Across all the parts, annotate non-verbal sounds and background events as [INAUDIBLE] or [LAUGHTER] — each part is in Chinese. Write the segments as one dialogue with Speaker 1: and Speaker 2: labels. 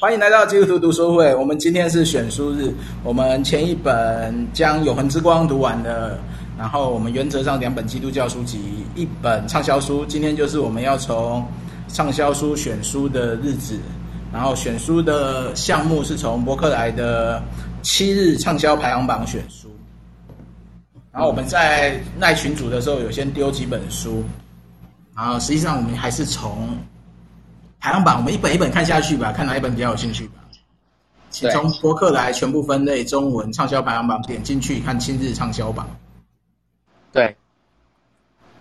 Speaker 1: 欢迎来到基督徒读书会。我们今天是选书日，我们前一本将《永恒之光》读完了，然后我们原则上两本基督教书籍，一本畅销书。今天就是我们要从畅销书选书的日子，然后选书的项目是从伯克莱的七日畅销排行榜选书。然后我们在赖群组的时候有先丢几本书，然后实际上我们还是从排行榜，我们一本一本看下去吧，看哪一本比较有兴趣吧。请
Speaker 2: 对
Speaker 1: 从博客来全部分类中文畅销排行榜点进去看今日畅销榜。
Speaker 2: 对，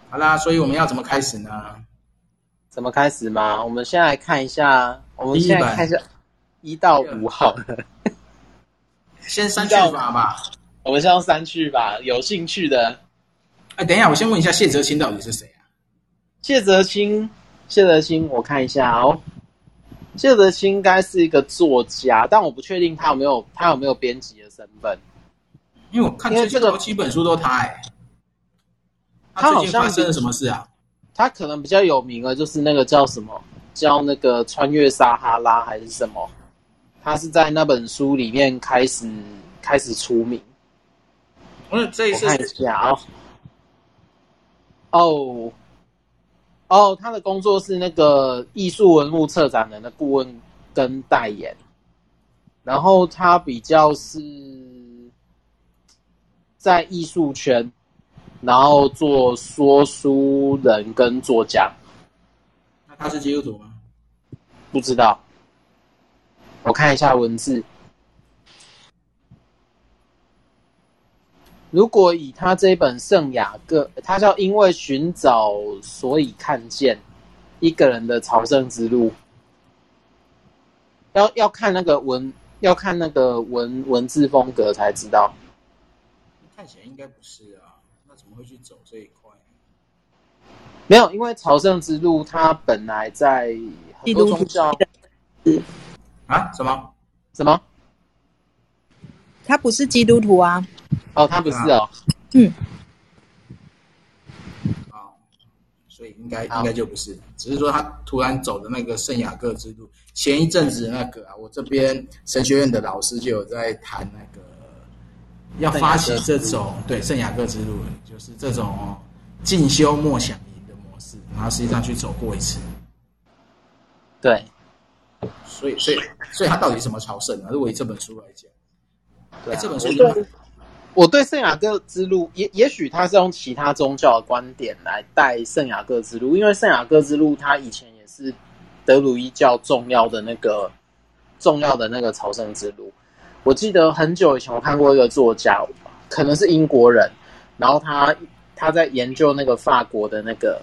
Speaker 1: 好啦，所以我们要怎么开始呢？
Speaker 2: 怎么开始嘛？我们先来看一下，我们现在开始一到五好了。
Speaker 1: 先删去法吧。
Speaker 2: [LAUGHS] 我们先用三去吧。有兴趣的
Speaker 1: 哎，等一下，我先问一下谢哲青到底是谁啊？
Speaker 2: 谢泽清，谢泽清，我看一下哦。谢泽清应该是一个作家，但我不确定他有没有他有没有编辑的身份。
Speaker 1: 因为我看
Speaker 2: 因为
Speaker 1: 最近
Speaker 2: 这个
Speaker 1: 好几本书都他哎、
Speaker 2: 他
Speaker 1: 最
Speaker 2: 好
Speaker 1: 近
Speaker 2: 像
Speaker 1: 发生了什么事啊？
Speaker 2: 他可能比较有名的就是那个叫什么，叫那个穿越撒哈拉还是什么，他是在那本书里面开始开始出名。
Speaker 1: 我这一
Speaker 2: 我
Speaker 1: 次
Speaker 2: 看一下啊、哦，哦，他的工作是那个艺术文物策展人的顾问跟代言，然后他比较是在艺术圈，然后做说书人跟作家，
Speaker 1: 那他是基督徒吗？
Speaker 2: 不知道。我看一下文字。如果以他这一本《圣雅各》，他叫《因为寻找所以看见》，一个人的朝圣之路，要要看那个文，要看那个文文字风格才知道。
Speaker 1: 看起来应该不是啊，那怎么会去走这一块？
Speaker 2: 没有，因为朝圣之路它本来在很多宗教
Speaker 3: 哦
Speaker 1: 啊？什么？
Speaker 2: 什么？
Speaker 3: 他不是基督徒啊。
Speaker 2: 哦，他不是哦，
Speaker 1: 啊，所以应该
Speaker 2: 好
Speaker 1: 应该就不是，只是说他突然走的那个圣雅各之路。前一阵子那个啊，我这边神学院的老师就有在谈那个要发起这种对圣雅各之路，就是这种进修默想营的模式，然后实际上去走过一次。
Speaker 2: 对，
Speaker 1: 所以，所以，所以他到底什么朝圣啊？如果以这本书来讲，
Speaker 2: 对啊
Speaker 1: 哎这本书
Speaker 2: 我对我对圣雅各之路，也也许他是用其他宗教的观点来带圣雅各之路，因为圣雅各之路他以前也是德鲁伊教重要的那个重要的那个朝圣之路。我记得很久以前我看过一个作家，可能是英国人，然后他他在研究那个法国的那个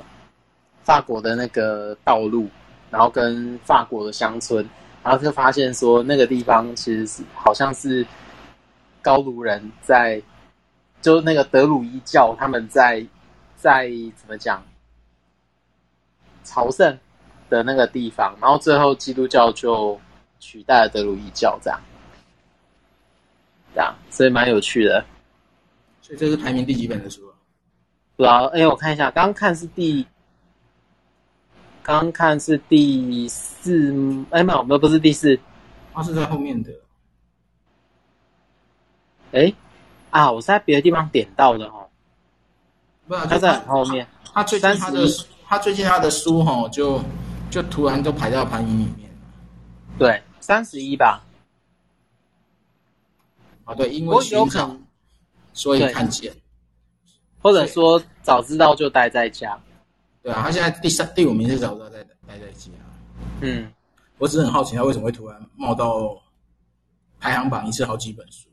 Speaker 2: 法国的那个道路，然后跟法国的乡村，然后就发现说那个地方其实是好像是高卢人在，就是那个德鲁伊教他们在在怎么讲朝圣的那个地方，然后最后基督教就取代了德鲁伊教这样，这样，所以蛮有趣的。
Speaker 1: 所以这是排名第几本的书啊？
Speaker 2: 然后，哎、我看一下，刚看是第，刚看是第四，哎、没有，没有，不是第四，
Speaker 1: 他啊是在后面的。
Speaker 2: 哎、啊，我是在别的地方点到的哦，
Speaker 1: 不然
Speaker 2: 它
Speaker 1: 就
Speaker 2: 在很后面。
Speaker 1: 他最近他的
Speaker 2: 31
Speaker 1: 他最近他的书哈，就就突然都排到排名里面了。
Speaker 2: 对，三十一吧。
Speaker 1: 啊，对，因
Speaker 2: 不
Speaker 1: 为
Speaker 2: 过
Speaker 1: 寻
Speaker 2: 有可
Speaker 1: 找
Speaker 2: 能，，
Speaker 1: 所以
Speaker 2: 对
Speaker 1: 看见。
Speaker 2: 或者说早知道就待在家。
Speaker 1: 对啊，他现在第三第五名是找不到在待在家。
Speaker 2: 嗯，
Speaker 1: 我只是很好奇他为什么会突然冒到排行榜一次好几本书。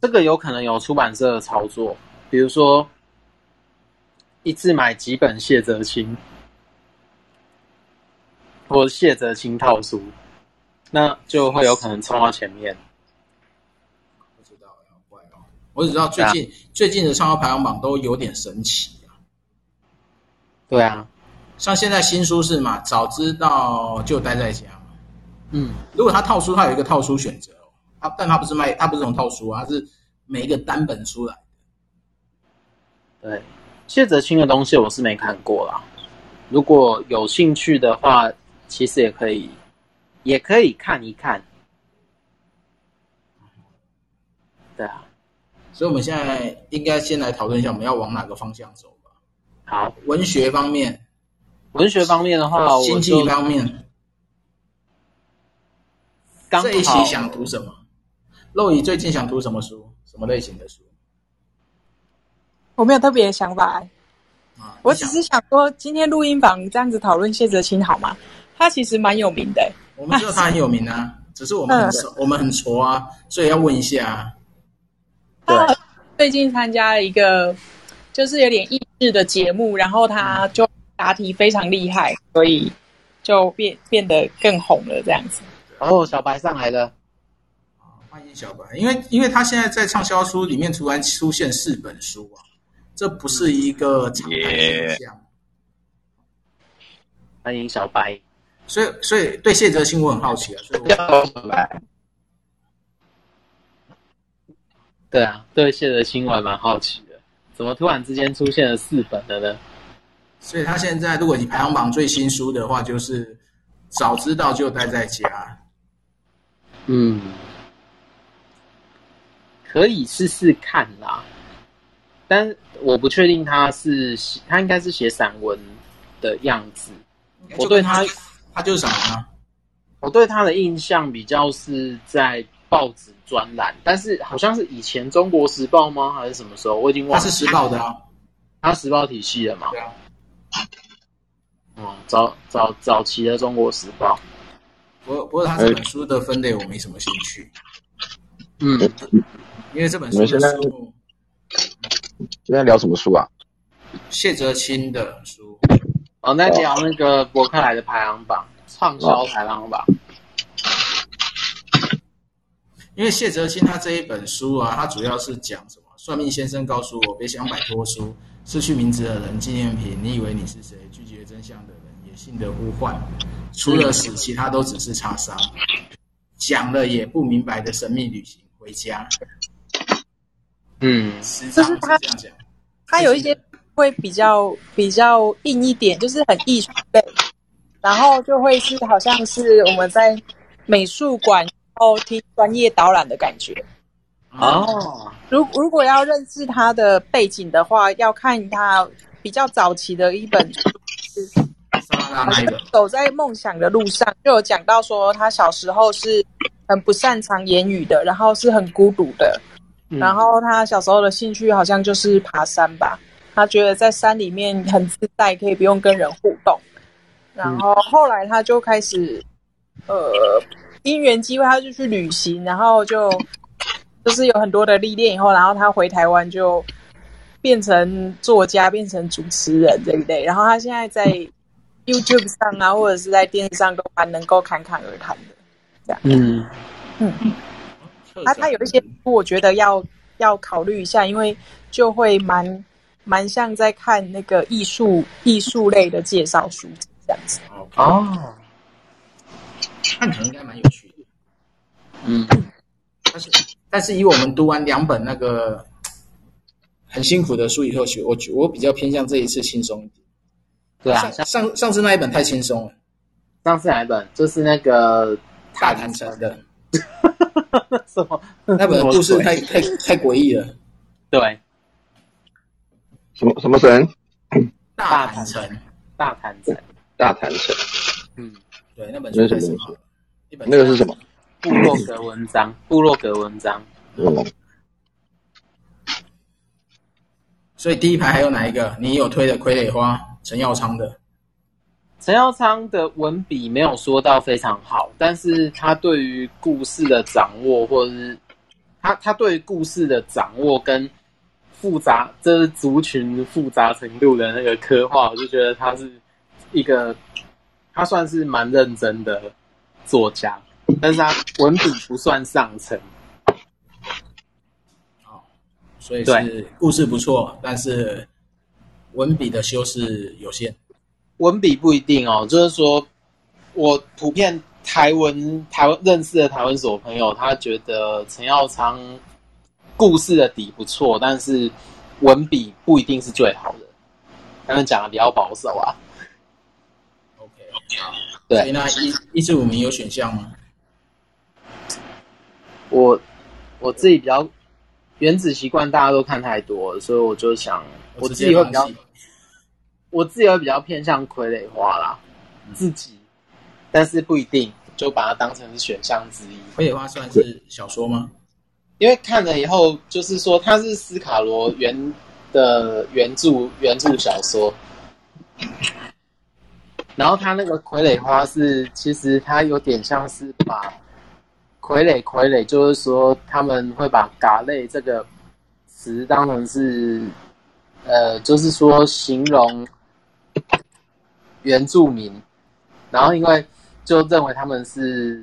Speaker 2: 这个有可能有出版社的操作，比如说一次买几本谢哲青，或谢哲青套书，那就会有可能冲到前面。
Speaker 1: 不知道，好怪哦。我只知道最
Speaker 2: 啊
Speaker 1: 近、最近的畅销排行榜都有点神奇啊。
Speaker 2: 对啊，
Speaker 1: 像现在新书是嘛，早知道就待在家嘛。
Speaker 2: 嗯，
Speaker 1: 如果他套书，他有一个套书选择哦。他但他不是卖，他不是从套书啊，他是每一个单本出来。
Speaker 2: 对，谢哲青的东西我是没看过啦。如果有兴趣的话，其实也可以，也可以看一看。对啊，
Speaker 1: 所以我们现在应该先来讨论一下我们要往哪个方向走吧。
Speaker 2: 好，
Speaker 1: 文学方面、
Speaker 2: 文学方面的话，啊我
Speaker 1: 经济
Speaker 2: 就
Speaker 1: 方面，
Speaker 2: 刚
Speaker 1: 这一期
Speaker 2: 好
Speaker 1: 想读什么？肉姨最近想读什么书？什么类型的书？
Speaker 3: 我没有特别的想法、欸
Speaker 1: 啊，
Speaker 3: 我
Speaker 1: 你
Speaker 3: 只
Speaker 1: 想
Speaker 3: 是想说，今天录音房这样子讨论谢哲青好吗？他其实蛮有名的、欸
Speaker 1: 我们知道他很有名啊，只是我
Speaker 2: 嗯
Speaker 1: 们很熟，我们很挫啊，所以要问一下啊。
Speaker 3: 他最近参加了一个就是有点益智的节目，然后他就答题非常厉害，所以就变变得更红了这样子。
Speaker 2: 然后哦小白上来了，
Speaker 1: 欢迎小白，因为因为他现在在畅销书里面突然出现四本书啊，这不是一个常态现象，
Speaker 2: 欢迎哎小白，
Speaker 1: 所以所以对谢哲新我很好奇啊，所以我
Speaker 4: 叫什么？
Speaker 2: 对啊，对谢的新闻蛮好奇的，怎么突然之间出现了四本了呢？
Speaker 1: 所以他现在如果你排行榜最新书的话，就是早知道就待在家，
Speaker 2: 嗯，可以试试看啦，但我不确定他是写他应该是写散文的样子。我对他，
Speaker 1: 他就是什么呢？
Speaker 2: 我对他的印象比较是在报纸专栏，但是好像是以前《中国时报》吗？还是什么时候？我已经
Speaker 1: 他
Speaker 2: 忘了
Speaker 1: 是。时报的啊，
Speaker 2: 他时报体系的嘛？
Speaker 1: 对啊，
Speaker 2: 嗯，早早早期的《中国时报》。
Speaker 1: 不过不过他这本书的分类我没什么兴趣，
Speaker 2: 嗯，
Speaker 1: 因为这本书
Speaker 4: 你们现
Speaker 1: 的
Speaker 4: 在
Speaker 1: 书
Speaker 4: 今天聊什么书啊？
Speaker 1: 谢哲青的书，
Speaker 2: 哦，那聊那个博客来的排行榜，畅销排行榜。
Speaker 1: 因为谢哲青他这一本书啊，他主要是讲什么？算命先生告诉我，别想摆脱书，失去名字的人纪念品。你以为你是谁？拒绝真相的人也信得呼唤。除了死，其他都只是叉烧。讲了也不明白的神秘旅行，回家。
Speaker 2: 嗯，
Speaker 1: 时常是这样讲。
Speaker 3: 他有一些会比较比较硬一点，就是很艺术类，然后就会是好像是我们在美术馆然后听专业导览的感觉。
Speaker 1: 啊，
Speaker 2: 哦，
Speaker 3: 如如果要认识他的背景的话，要看他比较早期的一本书
Speaker 1: 沙啊拉那一本，
Speaker 3: 走在梦想的路上，就有讲到说他小时候是很不擅长言语的，然后是很孤独的，
Speaker 2: 嗯
Speaker 3: 然后他小时候的兴趣好像就是爬山吧，他觉得在山里面很自在，可以不用跟人互动。然后后来他就开始，呃，因缘机会，他就去旅行，然后就就是有很多的历练以后，然后他回台湾就变成作家，变成主持人这一类。然后他现在在 YouTube 上啊，或者是在电视上都还能够侃侃而谈的。
Speaker 2: 嗯，
Speaker 3: 他啊他有一些我觉得要要考虑一下，因为就会蛮蛮像在看那个艺术艺术类的介绍书这样子。
Speaker 1: 哦，
Speaker 2: 哦，
Speaker 1: 看起来应该蛮有趣的。
Speaker 2: 嗯，
Speaker 1: 但是但是以我们读完两本那个很辛苦的书以后，其实我觉我比较偏向这一次轻松一点。
Speaker 2: 对啊，
Speaker 1: 上
Speaker 2: 像
Speaker 1: 上上次那一本太轻松了，
Speaker 2: 上次哪一本？就是那个
Speaker 1: 大坦诚的
Speaker 2: 什么
Speaker 1: 那本故事
Speaker 2: 什么鬼
Speaker 1: 太太太诡异了。
Speaker 2: 对
Speaker 4: 什么什么神？
Speaker 1: 大坦诚，
Speaker 2: 大谈城，
Speaker 4: 大坛城，
Speaker 2: 嗯，
Speaker 1: 对那本书太
Speaker 4: 那是什
Speaker 1: 深
Speaker 4: 么
Speaker 1: 奥了。一本
Speaker 4: 那个是什么？？
Speaker 2: 部落格文章，部落格文章，
Speaker 4: 嗯，
Speaker 1: 所以第一排还有哪一个？你有推的《傀儡花》，陈耀昌的。
Speaker 2: 陈耀昌的文笔没有说到非常好，但是他对于故事的掌握，或者是他他对于故事的掌握跟复杂，这是族群复杂程度的那个刻画，我就觉得他是一个他算是蛮认真的作家，但是他文笔不算上乘，
Speaker 1: 哦所以
Speaker 2: 对
Speaker 1: 是故事不错，但是文笔的修饰有限。
Speaker 2: 文笔不一定哦，就是说我普遍台文台湾认识的台湾所朋友，他觉得陈耀昌故事的底不错，但是文笔不一定是最好的。他们讲的比较保守啊，
Speaker 1: OK，
Speaker 2: 对
Speaker 1: 所以那一一至五名有选项吗？
Speaker 2: 我我自己比较原子习惯》大家都看太多了，所以我就想我
Speaker 1: 直
Speaker 2: 自
Speaker 1: 接
Speaker 2: 己会
Speaker 1: 放
Speaker 2: 比较
Speaker 1: 弃。
Speaker 2: 我自己会比较偏向傀儡化啦，自己，但是不一定就把它当成是选项之一，
Speaker 1: 《傀儡花》算是小说吗？
Speaker 2: 因为看了以后就是说它是斯卡罗原的原著原著小说，然后他那个傀儡花是其实它有点像是把傀儡傀儡，就是说他们会把嘎类这个词当成是呃，就是说形容原住民，然后因为就认为他们是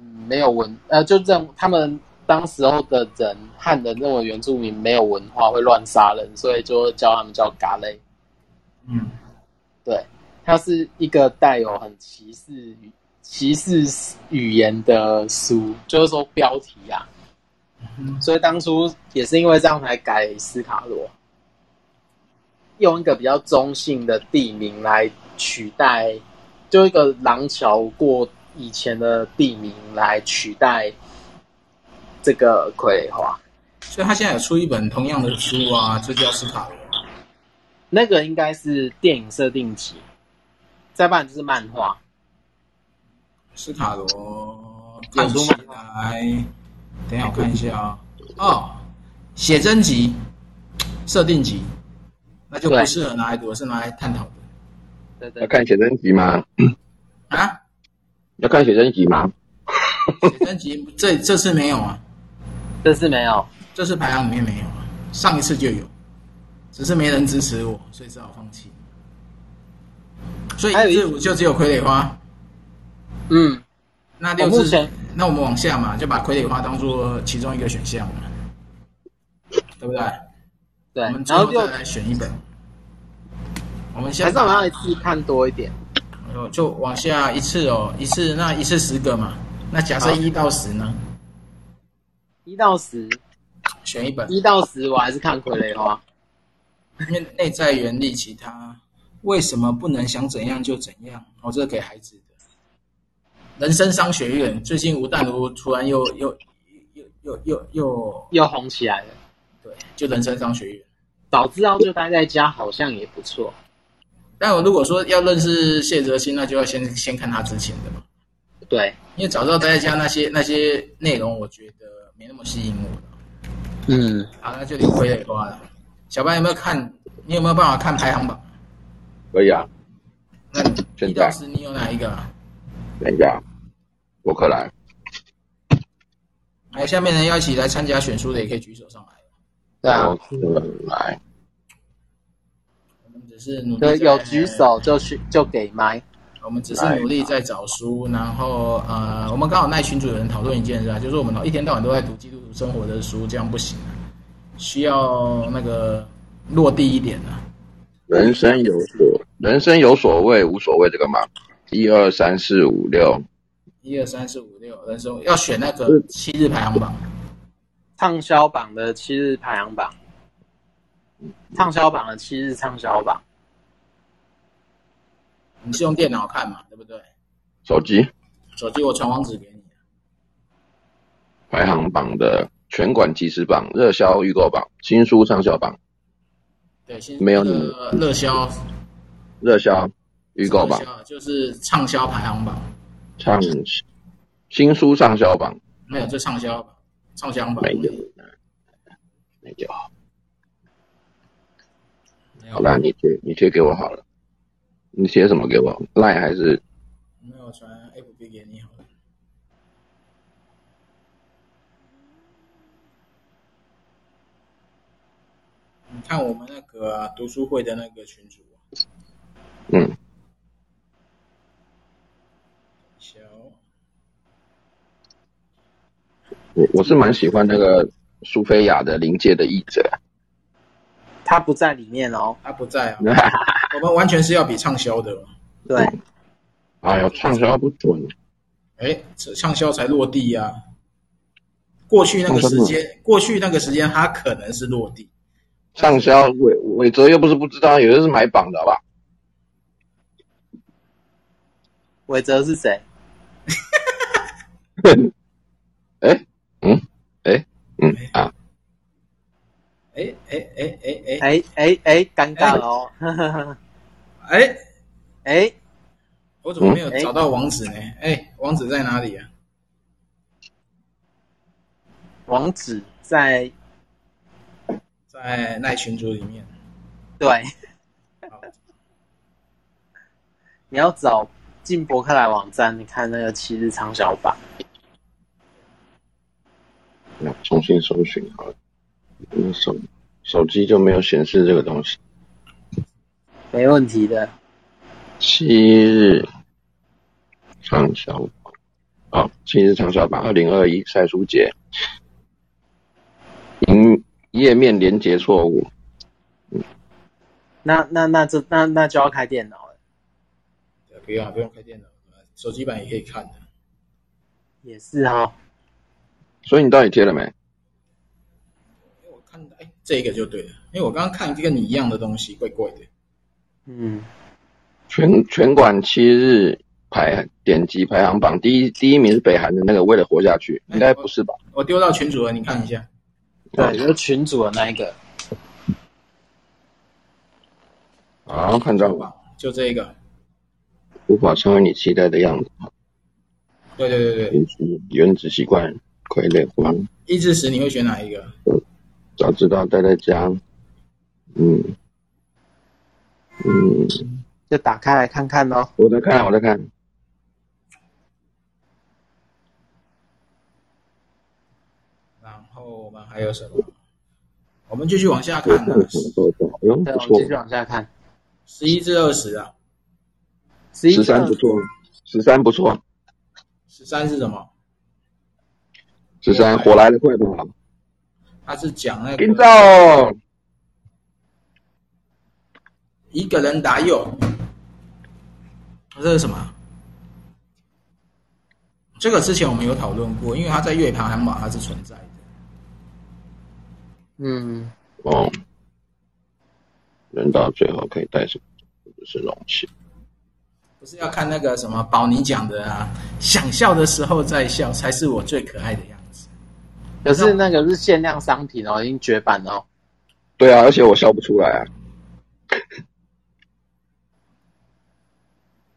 Speaker 2: 嗯没有文，呃，就认他们当时候的人汉人认为原住民没有文化会乱杀人，所以就教他们叫嘎类。
Speaker 1: 嗯，
Speaker 2: 对，它是一个带有很歧视语歧视语言的书，就是说标题啊。
Speaker 1: 哼
Speaker 2: 所以当初也是因为这样才改斯卡罗，用一个比较中性的地名来取代，就一个廊桥过以前的地名来取代这个傀儡花。
Speaker 1: 所以他现在有出一本同样的书啊，就叫《斯卡罗》。
Speaker 2: 那个应该是电影设定集，再不然就是漫画。
Speaker 1: 斯卡罗
Speaker 2: 看
Speaker 1: 看
Speaker 2: 书
Speaker 1: 起
Speaker 2: 吗
Speaker 1: 来，等一下我看一下啊、哦，写真集、设定集，那就不
Speaker 2: 对
Speaker 1: 适合拿来读，是拿来探讨的
Speaker 2: 对对
Speaker 4: 要看写真集吗？
Speaker 1: 啊。
Speaker 4: 要看写真集吗？
Speaker 1: 写真集这这次没有啊，
Speaker 2: 这次没有。
Speaker 1: 这次排行里面没有啊，上一次就有，只是没人支持我，所以只好放弃。所以
Speaker 2: 还有
Speaker 1: 一
Speaker 2: 一
Speaker 1: 至五就只有傀儡花，
Speaker 2: 嗯，
Speaker 1: 那六
Speaker 2: 我目
Speaker 1: 至
Speaker 2: 前
Speaker 1: 那我们往下嘛，就把傀儡花当做其中一个选项嘛，对不对？
Speaker 2: 对
Speaker 1: 我们，最
Speaker 2: 然后
Speaker 1: 后
Speaker 2: 就
Speaker 1: 再来选一本。我们
Speaker 2: 还
Speaker 1: 先
Speaker 2: 是我们要一次看多一点。
Speaker 1: 呃就往下一次哦，一次那一次十个嘛，那假设
Speaker 2: 好
Speaker 1: 一到十呢，
Speaker 2: 一到十，
Speaker 1: 选一本，
Speaker 2: 一到十我还是看傀儡花。
Speaker 1: 因为内在原力，其他为什么不能想怎样就怎样？哦，这个给孩子的。人生商学院最近吴淡如突然又又又又又又
Speaker 2: 又红起来了。
Speaker 1: 对，就人生商学院。
Speaker 2: 早知道就待在家，好像也不错。
Speaker 1: 但我如果说要认识谢哲欣，那就要先先看他之前的嘛。
Speaker 2: 对，
Speaker 1: 因为早知道待在家那些那些内容，我觉得没那么吸引我了。
Speaker 2: 嗯，
Speaker 1: 好，那就得傀儡花了。小白有没有看？你有没有办法看排行榜？
Speaker 4: 可以啊，
Speaker 1: 那你一
Speaker 4: 现
Speaker 1: 到
Speaker 4: 在
Speaker 1: 十，你有哪一个、啊？
Speaker 4: 等一下，我可来。
Speaker 1: 还有哎下面人要一起来参加选书的，也可以举手上来。
Speaker 2: 对啊
Speaker 4: 我，可嗯来。
Speaker 1: 我们只是努力
Speaker 2: 对，
Speaker 1: 在
Speaker 2: 有举，手就去就给麦。
Speaker 1: 我们只是努力在找书，然后呃，我们刚好那群组有人讨论一件事啊，就是我们一天到晚都在读基督徒生活的书，这样不行啊，需要那个落地一点啊。
Speaker 4: 人生有所，人生有所谓，无所谓这个吗？一二三四五六，
Speaker 1: 一二三四五六，人生要选那个
Speaker 4: 嗯
Speaker 1: 七日排行榜，
Speaker 2: 畅销榜的七日排行榜，畅销榜的七日畅销榜，
Speaker 1: 你是用电脑看嘛，对不对？
Speaker 4: 手机
Speaker 1: 手机我传网址给你。啊
Speaker 4: 排行榜的全馆即时榜、热销预购榜、新书畅销榜、
Speaker 1: 对，先
Speaker 4: 没有你
Speaker 1: 呃热销
Speaker 4: 热销预购榜
Speaker 1: 热、销就是畅销排行榜，
Speaker 4: 畅新书畅销榜
Speaker 1: 没有就畅销榜，畅销榜
Speaker 4: 没有，没有。
Speaker 1: 没有
Speaker 4: 好啦，你贴你贴给我好了，你贴什么给我？Line 还是
Speaker 1: 没有传 FB 给你好了。你看我们那个啊、读书会的那个群主，啊
Speaker 4: 嗯？
Speaker 1: 小
Speaker 4: 我我是蛮喜欢那个苏菲亚的《临界的译者 [LAUGHS]
Speaker 2: 它不在里面哦。
Speaker 1: 他不在啊，》我们完全是要比畅销的哦。
Speaker 2: 对，
Speaker 4: 哎呦，畅销不准，
Speaker 1: 哎，这畅销才落地啊。过去那个时间，过去那个时间，他可能是落地。
Speaker 4: 畅销伟伟哲又不是不知道，有的是买榜的，好吧？
Speaker 2: 韦哲是谁？
Speaker 4: 哎，嗯，哎，嗯啊，
Speaker 1: 哎哎哎哎哎
Speaker 2: 哎哎哎，尴尬了哦！ [LAUGHS] 呵呵呵
Speaker 1: 哎，
Speaker 2: 哎，
Speaker 1: 我怎么没有找到网址呢？哎，网址在哪里啊？
Speaker 2: 网址在
Speaker 1: 在赖群组里面。
Speaker 2: [LAUGHS] 对，
Speaker 1: 好
Speaker 2: 你要找进博客来网站，你看那个七日畅销榜。
Speaker 4: 那重新搜寻好了。嗯手手机就没有显示这个东西。
Speaker 2: 没问题的。
Speaker 4: 七日畅销榜，好，七日畅销榜二零二一赛书节，营页面连接错误，
Speaker 2: 那那那这那那就要开电脑了，
Speaker 1: 对不用啊不用开电脑，手机版也可以看的。
Speaker 2: 也是哈、
Speaker 4: 所以你到底贴了没？
Speaker 1: 哎我看到哎，这个就对了，因为我刚刚看跟你一样的东西，怪怪的。
Speaker 2: 嗯，
Speaker 4: 全全馆七日排点击排行榜第一第一名是北韩的那个，为了活下去，应该不是吧？
Speaker 1: 我丢到群主了，你看一下。
Speaker 2: 对，就是群主的那一个。啊
Speaker 4: 好，看到了，
Speaker 1: 吧，就这一个。
Speaker 4: 无法成为你期待的样子，
Speaker 1: 对对对对，
Speaker 4: 原子原子习惯傀儡光。
Speaker 1: 一至十你会选哪一个？
Speaker 4: 早知道待在家，嗯嗯，
Speaker 2: 就打开来看看咯。
Speaker 4: 我在看，我在看，
Speaker 1: 然后我们还有什么？我们继续往下看啊，
Speaker 4: 什么都做，哎呦
Speaker 2: 对，
Speaker 4: 不
Speaker 2: 我们继续
Speaker 4: 错，
Speaker 2: 往下看。
Speaker 1: 十一至二十啊，
Speaker 2: 十一
Speaker 4: 十三不错，十三不错，
Speaker 1: 十三是什么？
Speaker 4: 十三火来的快吧，
Speaker 1: 它是讲那
Speaker 4: 跟
Speaker 1: 个
Speaker 4: 照
Speaker 1: 一个人打友，这是什么？这个之前我们有讨论过，因为它在月排行榜它是存在的。
Speaker 2: 嗯，
Speaker 4: 哦，人到最后可以带什么？就是容器，
Speaker 1: 不是要看那个什么宝妮讲的啊，想笑的时候再笑才是我最可爱的样子。
Speaker 2: 可是那个是限量商品哦，已经绝版了哦。
Speaker 4: 对啊，而且我笑不出来啊，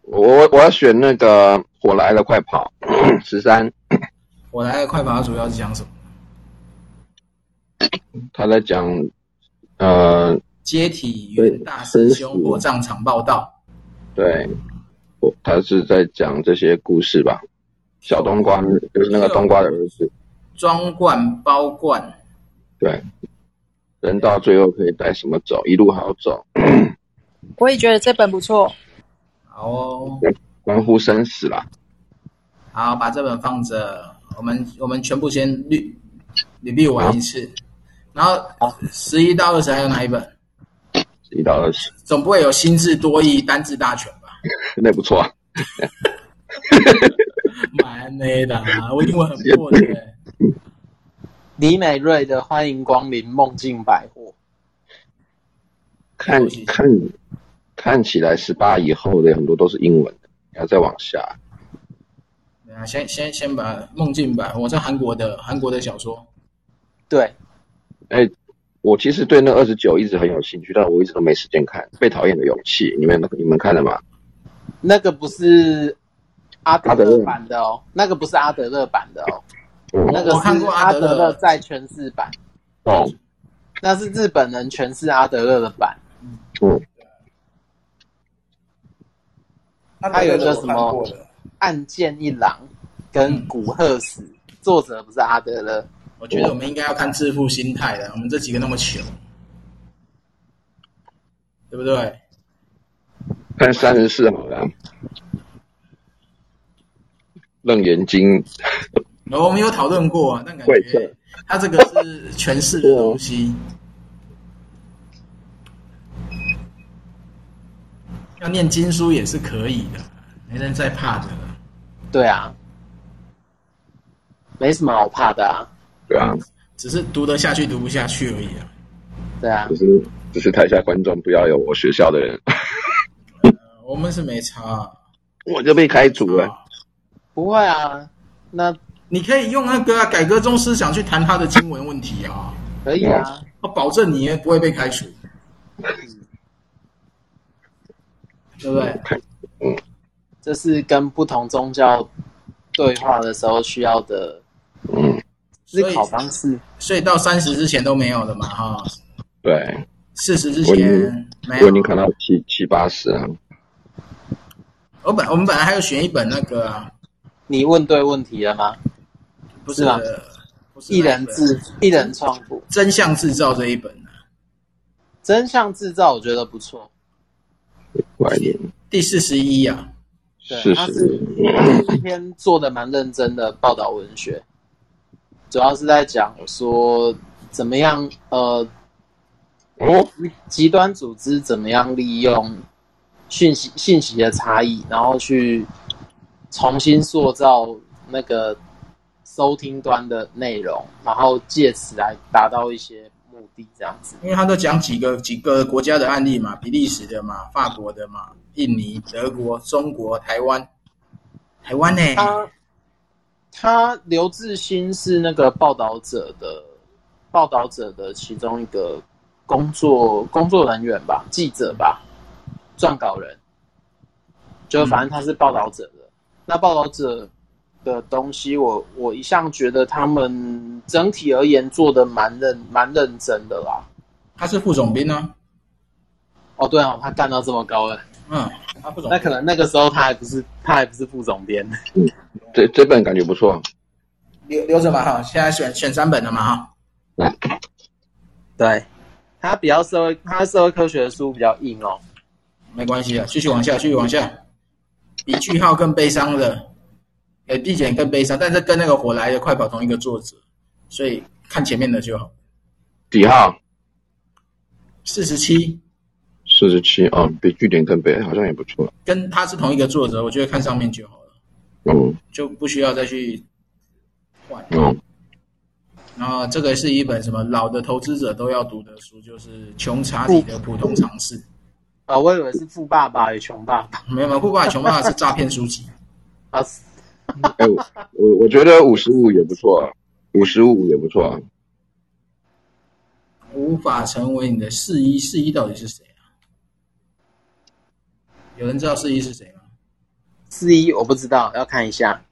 Speaker 4: 我我我要选那个火来了快跑，十三，
Speaker 1: 我来的快跑主要是讲什么？
Speaker 4: 他在讲，呃。
Speaker 1: 接体元大师兄火葬场报道，
Speaker 4: 对，我他是在讲这些故事吧？小冬瓜就是那个冬瓜的儿子，
Speaker 1: 装罐包罐，
Speaker 4: 对。人到最后可以带什么走？一路好走，
Speaker 3: 我也觉得这本不错，
Speaker 1: 好哦，
Speaker 4: 关乎生死啦。
Speaker 1: 好，把这本放着，我们我们全部先捋捋捋完一次，然后十一到二十还有哪一本？
Speaker 4: 一到二十，
Speaker 1: 总不会有心智多义、单字大全吧？
Speaker 4: 那不错啊。
Speaker 1: [LAUGHS] 蛮累的啊，我英文很破的、
Speaker 2: 李美瑞的《欢迎光临梦境百货》，
Speaker 4: 看看看起来十八以后的很多都是英文的，你要再往下。
Speaker 1: 对啊，先先先把《梦境版》，我是韩国的韩国的小说，
Speaker 2: 对，
Speaker 4: 哎，我其实对那二十九一直很有兴趣，但我一直都没时间看《被讨厌的勇气》。你们你们看了吗？
Speaker 2: 那个不是阿德勒版的哦，那个不是阿德勒版的哦，
Speaker 4: 嗯
Speaker 2: 那个
Speaker 1: 我看
Speaker 2: 是
Speaker 1: 过阿德勒
Speaker 2: 德勒在诠释版，
Speaker 4: 哦，
Speaker 2: 那是日本人诠释阿德勒的版。
Speaker 4: 嗯，
Speaker 1: 它
Speaker 2: 有一个什么案件一郎跟
Speaker 1: 嗯
Speaker 2: 古贺史，作者不是阿德勒。
Speaker 1: 我觉得我们应该要看致富心态的，我们这几个那么穷，对不对？
Speaker 4: 看三十四好了，《楞严经》
Speaker 1: 然后哦我们有讨论过啊，但感
Speaker 4: 会
Speaker 1: 觉
Speaker 4: 是
Speaker 1: 他这个是诠释的东西，要念经书也是可以的，没人再怕的了。
Speaker 2: 对啊，没什么好怕的啊。
Speaker 4: 对啊，
Speaker 1: 只是读得下去，读不下去而已啊。
Speaker 2: 对啊
Speaker 4: 只，是只是台下观众不要有我学校的人， [LAUGHS]
Speaker 1: 呃我们是没差啊、哦
Speaker 4: 我就被开除了。
Speaker 2: 不会啊，那
Speaker 1: 你可以用那个啊改革宗思想去谈他的经文问题啊。
Speaker 2: 可以啊。
Speaker 1: 我保证你也不会被开除，对不对？
Speaker 2: 这是跟不同宗教对话的时候需要的
Speaker 4: 嗯，
Speaker 2: 思
Speaker 1: 所以
Speaker 2: 考方式。
Speaker 1: 所以到三十之前都没有的嘛，哈，
Speaker 4: 对，
Speaker 1: 四十之
Speaker 4: 我已
Speaker 1: 前
Speaker 4: 经
Speaker 1: 没
Speaker 4: 我
Speaker 1: 有
Speaker 4: 已经。看到七七八十了，
Speaker 1: 我本我们本来还要选一本那个啊，
Speaker 2: 你问对问题了吗？
Speaker 1: 不
Speaker 2: 是吗
Speaker 1: 不是
Speaker 2: 一人
Speaker 1: 那本
Speaker 2: 制、一人创富、
Speaker 1: 真相制造这一本啊
Speaker 2: 真相制造，我觉得不错。
Speaker 4: 快一点，
Speaker 1: 第四十一啊，
Speaker 2: 对
Speaker 4: 四
Speaker 2: 它
Speaker 4: 十嗯
Speaker 2: 是，这篇做的蛮认真的报道文学，主要是在讲说怎么样呃
Speaker 4: 哦，
Speaker 2: 极端组织怎么样利用讯息信息的差异，然后去重新塑造那个收听端的内容，然后借此来达到一些目的，这样子。
Speaker 1: 因为他都讲几个几个国家的案例嘛，比利时的嘛，法国的嘛，印尼、德国、中国、台湾，台湾呢、
Speaker 2: 他他刘志新是那个报道者的报道者的其中一个工作工作人员吧，记者吧，撰稿人，就反正他是报道者的。那报道者的东西我，我一向觉得他们整体而言做的蛮认蛮认真的啦。
Speaker 1: 他是副总啊兵呢、
Speaker 2: 哦，对哦，他干到这么高了，
Speaker 1: 啊，嗯，他副总
Speaker 2: 那可能那个时候他还不是他还不是副总编。
Speaker 4: 这这本感觉不错，
Speaker 1: 留留着吧哈，现在选选三本了嘛哈，
Speaker 2: 对，它比较社会，它社会科学的书比较硬哦。
Speaker 1: 没关系啊，继续往下，继续往下，比句号更悲伤的，呃，地点更悲伤，但是跟那个火来的快跑同一个作者，所以看前面的就好。
Speaker 4: 几号？
Speaker 1: 四十七
Speaker 4: 四十七啊，比据点更北好像也不错，
Speaker 1: 跟他是同一个作者，我觉得看上面就好了，
Speaker 4: 嗯
Speaker 1: 就不需要再去换。
Speaker 4: 嗯，
Speaker 1: 然后这个是一本什么老的投资者都要读的书，就是《穷查理的普通常识》。
Speaker 2: 啊、我以为是富爸爸与穷爸爸
Speaker 1: 没有没有，不管穷爸爸是诈骗书籍，
Speaker 2: 啊，
Speaker 4: 哎，我我我觉得五十五也不错，五十五也不错，
Speaker 1: 无法成为你的四一四一到底是谁啊？有人知道四一是谁吗？
Speaker 2: 四一我不知道，要看一下，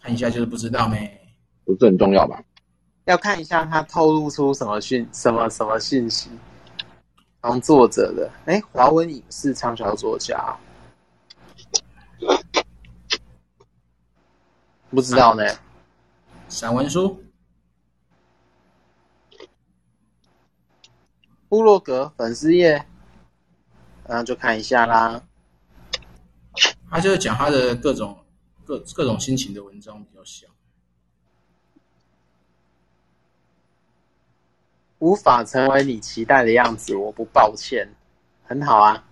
Speaker 1: 看一下就是不知道没。
Speaker 4: 不是很重要吧？
Speaker 2: 要看一下他透露出什么讯，什么什么信息。当作者的，哎，华文影视畅销作家，不知道呢。
Speaker 1: 散文书
Speaker 2: 部落格粉丝页，那就看一下啦。
Speaker 1: 他就是讲他的各种各各种心情的文章比较小。
Speaker 2: 无法成为你期待的样子，我不抱歉，很好啊。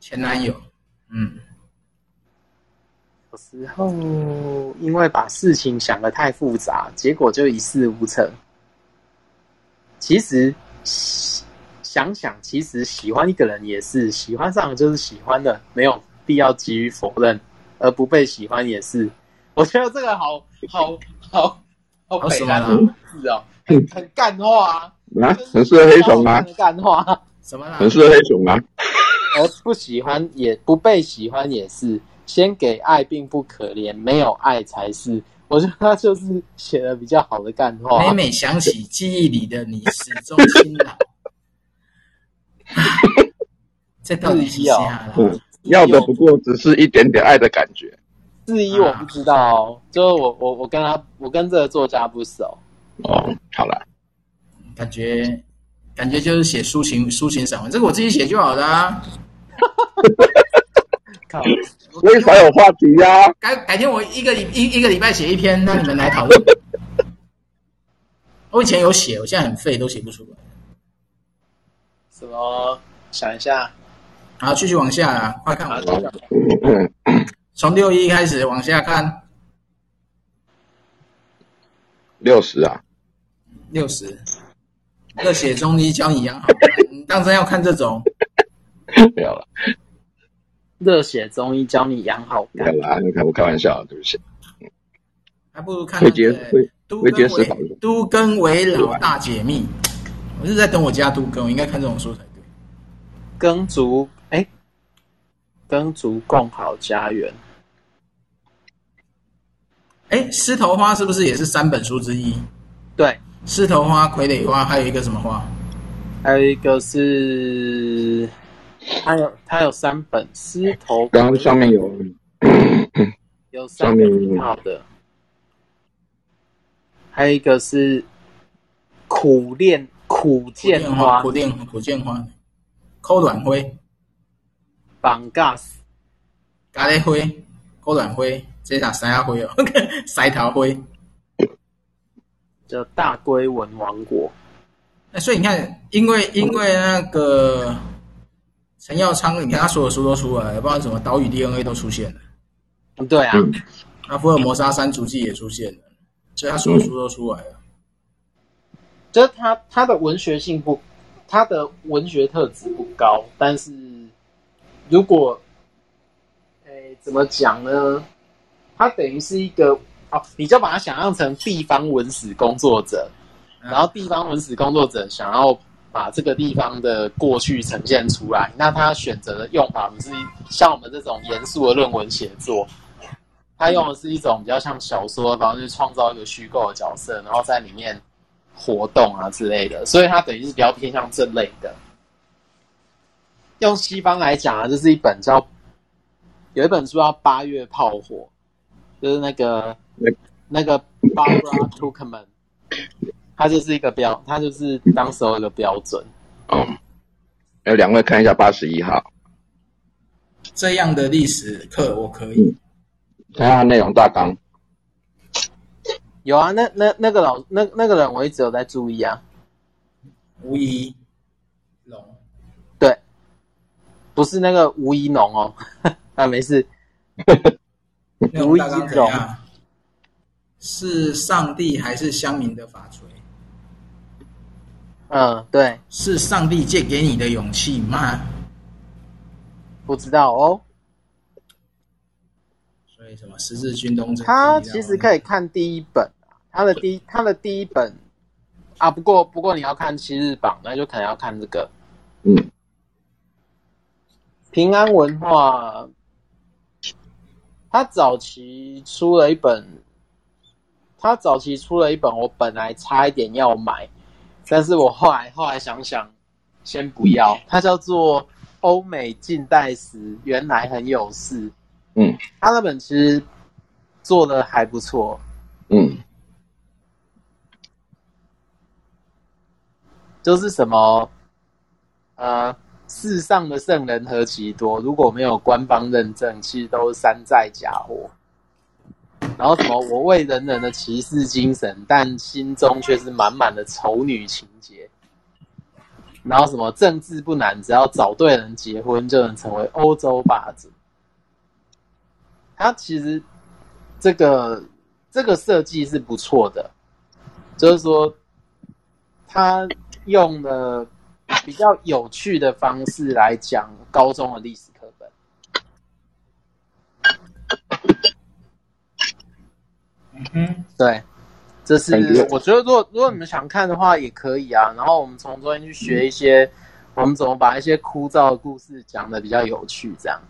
Speaker 1: 前男友，嗯，
Speaker 2: 有时候因为把事情想得太复杂，结果就一事无成。其实想想，其实喜欢一个人也是喜欢上了就是喜欢的，没有必要急于否认，而不被喜欢也是。我觉得这个好好好好
Speaker 1: 好
Speaker 2: 北
Speaker 1: 什么
Speaker 2: 南
Speaker 1: 啦
Speaker 2: 的字哦，很很干话啊，
Speaker 4: 啊，很适合黑熊啊，
Speaker 2: 干话。
Speaker 1: 什么啦？
Speaker 4: 很适合黑熊啊，
Speaker 2: 而不喜欢也不被喜欢也是，先给爱并不可怜，没有爱才是。我觉得他就是写的比较好的干话
Speaker 1: 每，每想起记忆里的你，始终清朗。这到底是谁啊？
Speaker 4: 嗯要的不过只是一点点爱的感觉，
Speaker 2: 至一我不知道、哦，就是我我我跟他我跟这个作家不熟，
Speaker 4: 哦，好了，
Speaker 1: 感觉感觉就是写抒情抒情散文，这个我自己写就好了、啊。
Speaker 2: 靠，
Speaker 4: 所以才有话题呀、
Speaker 1: 改改天我一个礼一一个礼拜写一篇，让你们来讨论。我以前有写，我现在很废，都写不出来。
Speaker 2: 什么？想一下，
Speaker 1: 好，继续往下啦，快看
Speaker 2: 啊
Speaker 1: 我，
Speaker 4: 嗯
Speaker 1: 从六一开始往下看，
Speaker 4: 六十啊， [LAUGHS]
Speaker 1: 六十。热血中医教你养好，你当真要看这种？
Speaker 4: 没有了，
Speaker 2: 热血中医教你养好
Speaker 4: 没有
Speaker 2: 肝，
Speaker 4: 了，你看我开玩笑，对不起，
Speaker 1: 还不如看
Speaker 4: 会
Speaker 1: 那
Speaker 4: 接
Speaker 1: 个
Speaker 4: 会
Speaker 1: 都
Speaker 4: 未
Speaker 1: 跟
Speaker 4: 接思
Speaker 1: 为
Speaker 4: 考的
Speaker 1: 都跟为老大解密，我是在等我家都跟，我应该看这种书才对。
Speaker 2: 耕足哎，耕足共好家园。
Speaker 1: 哎，狮头花是不是也是三本书之一？
Speaker 2: 对，
Speaker 1: 狮头花、傀儡花，还有一个什么花？
Speaker 2: 还有一个是，它有它有三本狮头，
Speaker 4: 然后上面有
Speaker 2: 有三本挺好的，还有一个是苦练苦剑花
Speaker 1: 苦楝花、苦楝花、抠卵灰、
Speaker 2: 绑架死
Speaker 1: 咖喱灰、抠卵灰，这啥塞牙灰哦， [LAUGHS] 塞桃灰。
Speaker 2: 的大龟文王国。
Speaker 1: 那哎所以你看，因为因为那个陈耀昌，你看他所有书都出来了，不知道什么《岛屿 DNA》都出现了，
Speaker 2: 嗯对啊，
Speaker 4: 嗯
Speaker 1: 那《福尔摩沙山足迹》也出现了，所以他所有书都出来了。
Speaker 2: 就是他他的文学性不，他的文学特质不高，但是如果，诶，怎么讲呢？他等于是一个哦，你就把它想象成地方文史工作者，
Speaker 1: 嗯
Speaker 2: 然后地方文史工作者想要把这个地方的过去呈现出来，那他选择的用法不是像我们这种严肃的论文写作，他用的是一种比较像小说的方式，创造一个虚构的角色，然后在里面活动啊之类的，所以它等于是比较偏向这类的。用西方来讲啊，这是一本叫有一本书叫《八月炮火》，就是那个
Speaker 4: 那
Speaker 2: 那个 Barbara Tuchman，他就是一个标，他就是当时候一个标准。
Speaker 4: 哦，哎，两位看一下八十一号，
Speaker 1: 这样的历史课我可以，
Speaker 4: 嗯看下内容大纲。
Speaker 2: 有啊，那那那个老那那个人我一直有在注意啊，
Speaker 1: 无疑龙
Speaker 2: 对，不是那个吴一农哦， [LAUGHS] 啊没事，
Speaker 1: 那种大纲怎样？是上帝还是乡民的法锤？
Speaker 2: 嗯对，
Speaker 1: 是上帝借给你的勇气吗？
Speaker 2: 不知道哦。
Speaker 1: 所以什么十字军东征？啊
Speaker 2: 他其实
Speaker 1: 以。
Speaker 2: 可以看第一本啊，他的第一他的第一本啊，不过不过你要看七日榜，那就可能要看这个
Speaker 4: 嗯，
Speaker 2: 平安文化。他早期出了一本，他早期出了一本，我本来差一点要买，但是我后来后来想想，先不要。它叫做《欧美近代史》，原来很有事。
Speaker 4: 嗯
Speaker 2: 他那本其实做的还不错，
Speaker 4: 嗯，
Speaker 2: 就是什么，呃，世上的圣人何其多，如果没有官方认证，其实都是山寨假货。然后什么，我为人人的骑士精神，但心中却是满满的丑女情节。然后什么政治不难，只要找对人结婚就能成为欧洲霸主。他其实这个这个设计是不错的，就是说他用了比较有趣的方式来讲高中的历史课本。
Speaker 1: 嗯
Speaker 2: 对，这是
Speaker 4: 感觉
Speaker 2: 我觉得，如果如果你们想看的话，也可以啊。然后我们从中间去学一些，我们怎么把一些枯燥的故事讲的比较有趣，这样，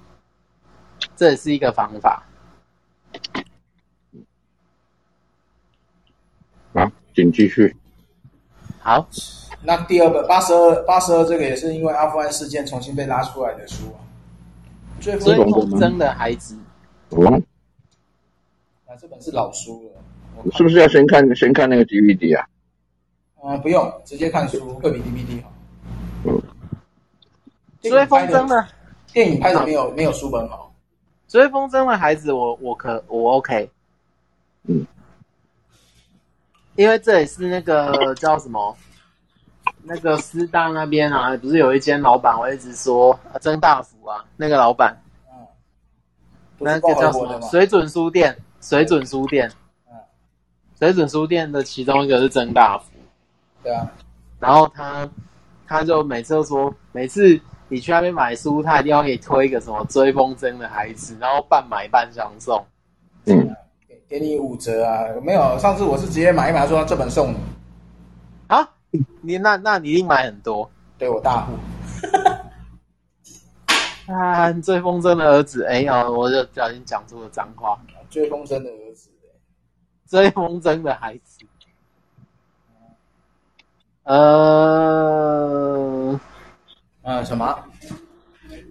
Speaker 2: 这也是一个方法。
Speaker 4: 好，请继续。
Speaker 2: 好，
Speaker 1: 那第二本八十二八十二这个也是因为阿富汗事件重新被拉出来的书啊。最后
Speaker 2: 所以
Speaker 4: 这种
Speaker 2: 从生的孩子，
Speaker 4: 哦，
Speaker 1: 啊，这本是老书了，我
Speaker 4: 是不是要先看先看那个 DVD 啊？
Speaker 1: 嗯、不用，直接看书会比 DVD 好。
Speaker 4: 嗯
Speaker 2: 所以风筝的，
Speaker 1: 电影拍的没有没有书本好。
Speaker 2: 所以风筝的孩子我，我可我 OK，
Speaker 4: 嗯，
Speaker 2: 因为这也是那个叫什么，那个师大那边啊，不是有一间老板，我一直说呃曾大福啊，那个老板，
Speaker 1: 嗯，不
Speaker 2: 那
Speaker 1: 是
Speaker 2: 个
Speaker 1: 共
Speaker 2: 叫
Speaker 1: 和
Speaker 2: 什
Speaker 1: 国的
Speaker 2: 么
Speaker 1: 吗？
Speaker 2: 水准书店，水准书店
Speaker 1: 嗯，
Speaker 2: 水准书店的其中一个是曾大福，
Speaker 1: 对啊，
Speaker 2: 然后他他就每次都说，每次你去那边买书，他一定要给你推一个什么追风筝的孩子，然后半买半相送。
Speaker 4: 嗯，
Speaker 1: 给给你五折啊。没有，上次我是直接买一买，说这本送你，
Speaker 2: 啊，你那那你一定买很多
Speaker 1: 对我大户。
Speaker 2: 啊！你追风筝的儿子，哎呀，我就不小心讲出了脏话。
Speaker 1: 追风筝的儿子，
Speaker 2: 追风筝的孩子，呃，
Speaker 1: 嗯，什么？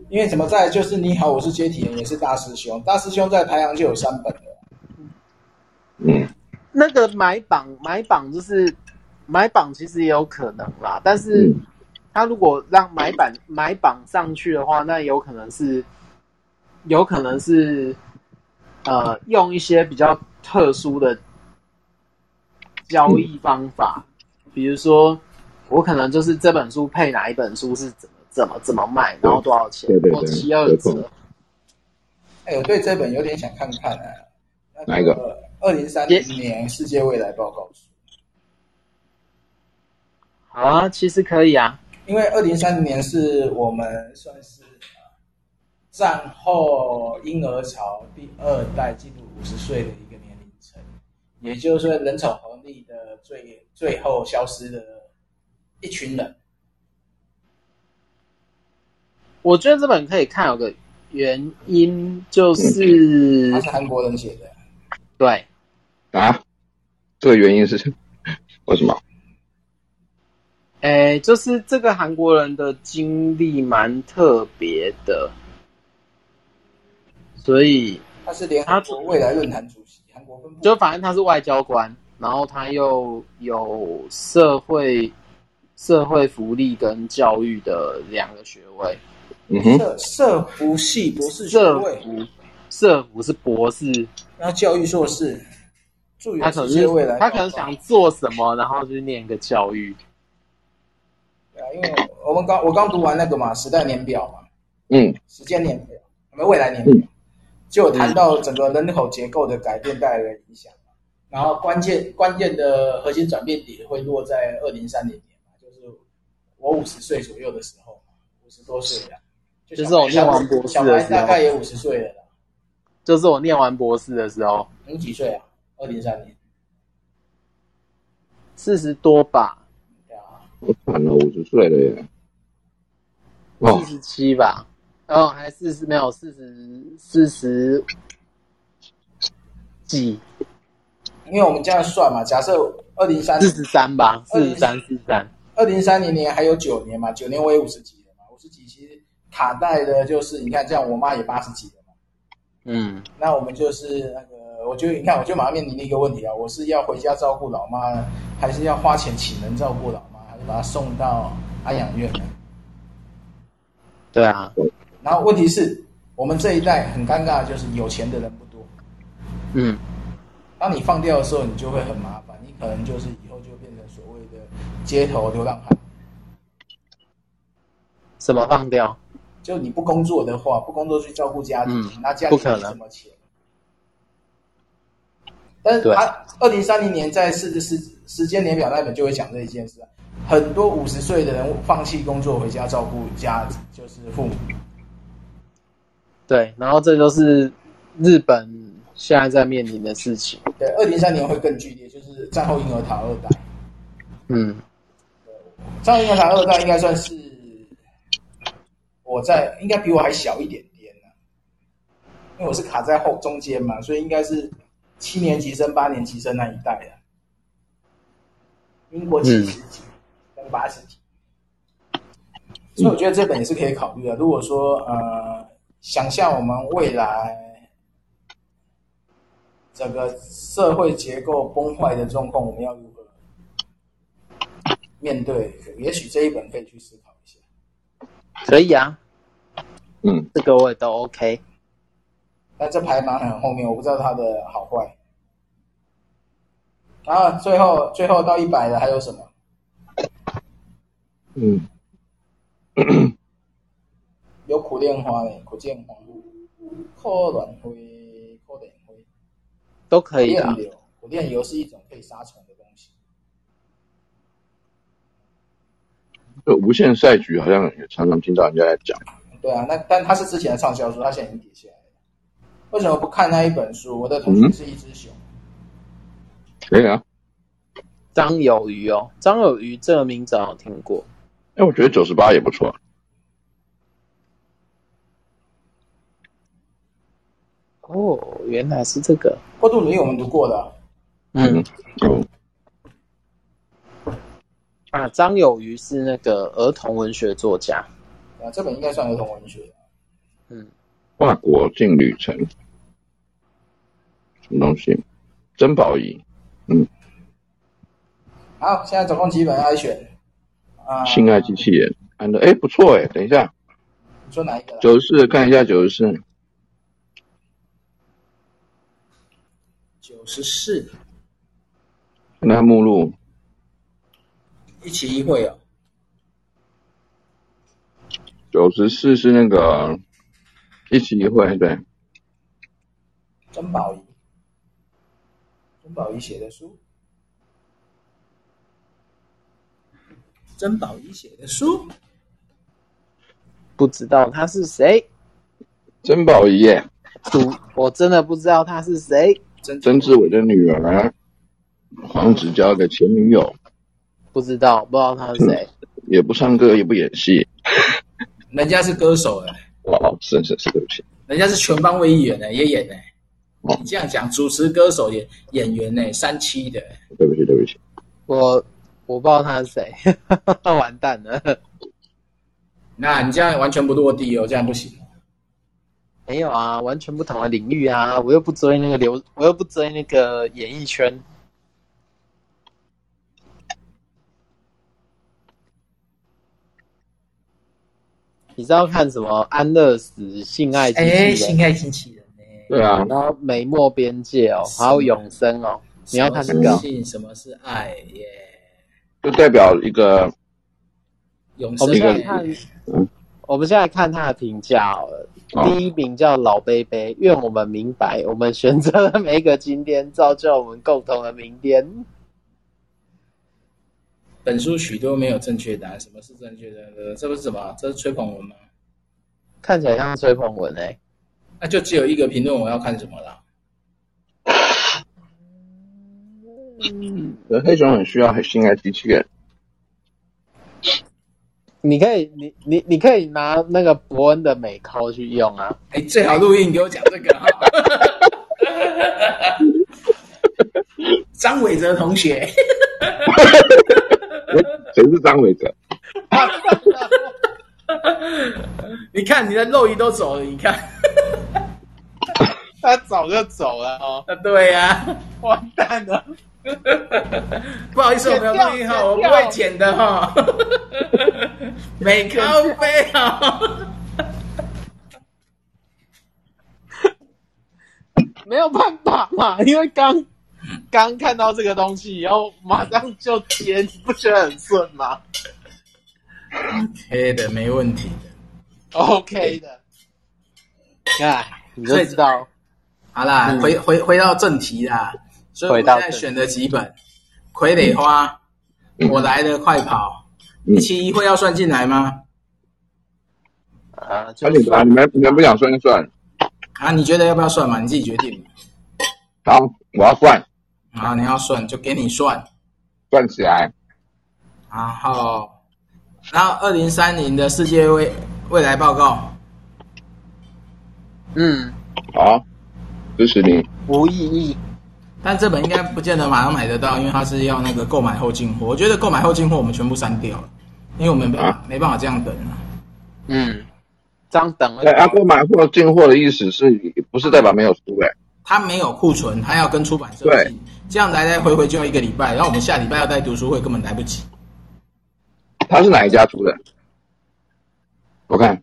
Speaker 1: 因为什么在就是你好，我是接体人，也是大师兄。大师兄在台阳就有三本了，
Speaker 4: 嗯，
Speaker 2: 那个买榜买榜就是买榜，其实也有可能啦。但是
Speaker 4: 嗯
Speaker 2: 他如果让买榜买榜上去的话，那有可能是有可能是呃用一些比较特殊的交易方法，比如说我可能就是这本书配哪一本书是怎么怎么怎么卖，然后多少钱
Speaker 4: 对对，对
Speaker 2: 或七二
Speaker 4: 有可能
Speaker 2: 折。
Speaker 1: 哎，我对这本有点想看看啊。
Speaker 4: 哪一个？
Speaker 1: 二零三零年世界未来报告书。
Speaker 2: 好啊，其实可以啊。
Speaker 1: 因为二零三零年是我们算是呃战后婴儿潮第二代进入五十岁的一个年龄层，也就是说人口红利的最最后消失的一群人。
Speaker 2: 我觉得这本可以看，有个原因就是、
Speaker 1: 他是韩国人写的，
Speaker 2: 对，
Speaker 4: 啊，这个原因是 [LAUGHS] 为什么？
Speaker 2: 诶，就是这个韩国人的经历蛮特别的，所以
Speaker 1: 他是联合国未来论坛主席，韩国分部
Speaker 2: 就反正他是外交官，然后他又有社会社会福利跟教育的两个学位，
Speaker 4: 嗯哼，
Speaker 1: 社社服系博士学
Speaker 2: 社
Speaker 1: 位，
Speaker 2: 福社福是博士，
Speaker 1: 然后教育硕士，助
Speaker 2: 他
Speaker 1: 于
Speaker 2: 可
Speaker 1: 世
Speaker 2: 能
Speaker 1: 界
Speaker 2: 是
Speaker 1: 未来
Speaker 2: 他
Speaker 1: 报
Speaker 2: 可能
Speaker 1: 告
Speaker 2: 想做什么，然后就念个教育。
Speaker 1: 对啊，因为我们刚我刚读完那个嘛，时代年表嘛，
Speaker 4: 嗯
Speaker 1: 时间年表，我们未来年表，
Speaker 2: 嗯
Speaker 1: 就有谈到整个人口结构的改变带来的影响嘛。然后关键关键的核心转变点会落在二零三零年嘛，就是我五十岁左右的时候嘛，五十多岁了，
Speaker 2: 就是
Speaker 1: 小
Speaker 2: 我念完博士
Speaker 1: 小
Speaker 2: 的
Speaker 1: 孩
Speaker 2: 时候
Speaker 1: 大概也五十岁了啦。
Speaker 2: 就是我念完博士的时候，
Speaker 1: 你几岁啊？二零三年，
Speaker 2: 四十多吧，
Speaker 1: 对啊，
Speaker 4: 我惨了，五十岁了耶！哦
Speaker 2: 四，十七吧，哦，还四十没有四十四十几，
Speaker 1: 因为我们这样算嘛，假设二零三
Speaker 2: 四十三吧，四十三
Speaker 1: 23
Speaker 2: 四十三，
Speaker 1: 二零三零年还有九年嘛，九年我也五十几了嘛，五十几其实卡带的就是你看，这样我妈也八十几了嘛。
Speaker 2: 嗯，
Speaker 1: 那我们就是那个，我就你看，我就马上面临了一个问题啊，我是要回家照顾老妈，还是要花钱请人照顾老妈，还是把她送到安养院呢？
Speaker 2: 对啊，
Speaker 1: 然后问题是我们这一代很尴尬，就是有钱的人不多，
Speaker 2: 嗯，
Speaker 1: 当你放掉的时候，你就会很麻烦，你可能就是以后就变成所谓的街头流浪汉。
Speaker 2: 什么放掉？
Speaker 1: 就你不工作的话，不工作去照顾家庭，
Speaker 2: 嗯
Speaker 1: 那家庭
Speaker 2: 不可
Speaker 1: 没
Speaker 2: 能
Speaker 1: 什么钱。但是
Speaker 2: 对
Speaker 1: 他二零三零年在世时时间年表那本就会讲这一件事啊，很多五十岁的人放弃工作回家照顾家，就是父母。
Speaker 2: 对，然后这就是日本现在在面临的事情，
Speaker 1: 对，二零三年会更剧烈，就是战后婴儿潮二代，
Speaker 2: 嗯，
Speaker 1: 战后婴儿潮二代应该算是我在应该比我还小一点点呢、因为我是卡在后中间嘛，所以应该是七年级生、八年级生那一代的、英国七十级跟八十级，所以我觉得这本也是可以考虑的。如果说呃，想象我们未来整个社会结构崩坏的状况，我们要如何面对？也许这一本可以去思考一下。
Speaker 2: 可以啊，
Speaker 4: 嗯，
Speaker 2: 这个我也都 OK，
Speaker 1: 但这排蛮很后面，我不知道它的好坏。然后最后最后到一百的还有什么？
Speaker 4: 嗯，
Speaker 1: 有苦恋花嘞，苦剑花，苦卵灰，苦莲灰，
Speaker 2: 都可
Speaker 1: 苦
Speaker 2: 以啊
Speaker 1: 炼，油，苦炼油是一种可以杀虫的东西。
Speaker 4: 这无限赛局好像也常常听到人家在讲，
Speaker 1: 对啊，那但它是之前的畅销书，它现在已经跌下来了。为什么不看那一本书？我的同学是一只熊，
Speaker 4: 可以啊。
Speaker 2: 张有余哦，张有余这个名字好像听过。
Speaker 4: 哎，我觉得九十八也不错。
Speaker 2: 哦，原来是这个。
Speaker 1: 过度努力我们读过的，
Speaker 2: 嗯
Speaker 4: 哦，
Speaker 2: 啊，张有余是那个儿童文学作家。
Speaker 1: 啊，这本应该算儿童文学。
Speaker 2: 嗯，
Speaker 4: 跨国境旅程，什么东西？珍宝仪、
Speaker 1: 好，现在总共几本要选？啊，
Speaker 4: 性爱机器人，安德，哎，不错哎。等一下，
Speaker 1: 你说哪一个啦？
Speaker 4: 九十四，看一下九十四。
Speaker 1: 九十四，
Speaker 4: 看它目录，
Speaker 1: 一期一会哦。
Speaker 4: 九十四是那个一期一会，对，
Speaker 1: 珍宝仪，珍宝仪写的书，珍宝仪写的书，
Speaker 2: 不知道他是谁，
Speaker 4: 珍宝仪耶，
Speaker 2: 主我真的不知道他是谁，
Speaker 1: 曾
Speaker 4: 曾志伟的女儿，黄子佼的前女友，
Speaker 2: 不知道不知道他是谁。
Speaker 4: 也不唱歌，也不演戏。
Speaker 1: 人家是歌手哎、
Speaker 4: 哦，是是是，对不起。
Speaker 1: 人家是全方位艺人哎、也演哎、
Speaker 4: 哦
Speaker 1: 你这样讲，主持、歌手、演演员哎、三期的、
Speaker 4: 对不起，对不起。
Speaker 2: 我我不知道他是谁， [LAUGHS] 完蛋了。
Speaker 1: 那你这样完全不落地哦，这样不行。
Speaker 2: 没有啊，完全不同的领域啊，我又不追那个流，我又不追那个演艺圈。你知道看什么《安乐死》《性爱机器人》
Speaker 1: 爱机器人哎、
Speaker 4: 对啊，
Speaker 2: 然后《美墨边界》哦，
Speaker 1: 是
Speaker 2: 还有《永生》哦，你要看
Speaker 1: 什
Speaker 2: 这
Speaker 1: 么
Speaker 2: 个
Speaker 1: 是
Speaker 2: 哦？
Speaker 1: 性，什么是爱耶？
Speaker 4: 就代表一个
Speaker 1: 永
Speaker 2: 我
Speaker 1: 生
Speaker 2: 们现在
Speaker 1: 爱
Speaker 2: 看
Speaker 4: 嗯，
Speaker 2: 我们现在看他的评价好了。
Speaker 4: 哦
Speaker 2: 第一名叫老贝贝，愿我们明白，我们选择的每一个今天，造就我们共同的明天。
Speaker 1: 本书许多没有正确答案，什么是正确的？呃这不是什么？这是吹捧文吗？
Speaker 2: 看起来像吹捧文哎、
Speaker 1: 那就只有一个评论，我要看什么啦？
Speaker 4: 呃黑熊很需要性爱机器人，
Speaker 2: 你可以，你你你可以拿那个伯恩的美抠去用啊。
Speaker 1: 哎，最好录音给我讲这个哈。 [LAUGHS] 张伟哲同学，
Speaker 4: 谁是张伟哲？
Speaker 1: 你看你的肉鱼都走了，你看，
Speaker 2: 他早就走了哦，
Speaker 1: 啊，对呀、
Speaker 2: 完蛋了。
Speaker 1: 不好意思，我没有录音哈，我不会剪的哈。 [LAUGHS] 美咖啡啊，
Speaker 2: 没有办法嘛，因为刚刚看到这个东西以后，马上就接，你不觉得很顺吗
Speaker 1: 黑的没问题的。
Speaker 2: ？OK 的。哎，你就知道
Speaker 1: 好啦，回回回到正题啦。所以我
Speaker 2: 回
Speaker 1: 们
Speaker 2: 到
Speaker 1: 现在选了几本，《傀儡花》我来了，快跑！
Speaker 4: 嗯
Speaker 1: 一期一会要算进来吗？
Speaker 2: 啊，
Speaker 4: 小
Speaker 2: 就
Speaker 4: 警察，你们你们不想算就算。
Speaker 1: 啊，你觉得要不要算嘛？你自己决定。
Speaker 4: 好，我要算
Speaker 1: 啊，你要算就给你算。
Speaker 4: 算起来。
Speaker 1: 然后，然后二零三零的世界未未来报告，
Speaker 2: 嗯，
Speaker 4: 好，支持你。
Speaker 2: 无意义。
Speaker 1: 但这本应该不见得马上买得到，因为它是要那个购买后进货。我觉得购买后进货我们全部删掉了，因为我们没、
Speaker 4: 啊
Speaker 1: 没办法这样等啊。
Speaker 2: 嗯，这样等了
Speaker 4: 哎，阿哥买货进货的意思是不是代表没有出哎？
Speaker 1: 他没有库存，他要跟出版社
Speaker 4: 对
Speaker 1: 进，这样来来回回就要一个礼拜，然后我们下礼拜要带读书会，根本来不及。
Speaker 4: 他是哪一家出的？我看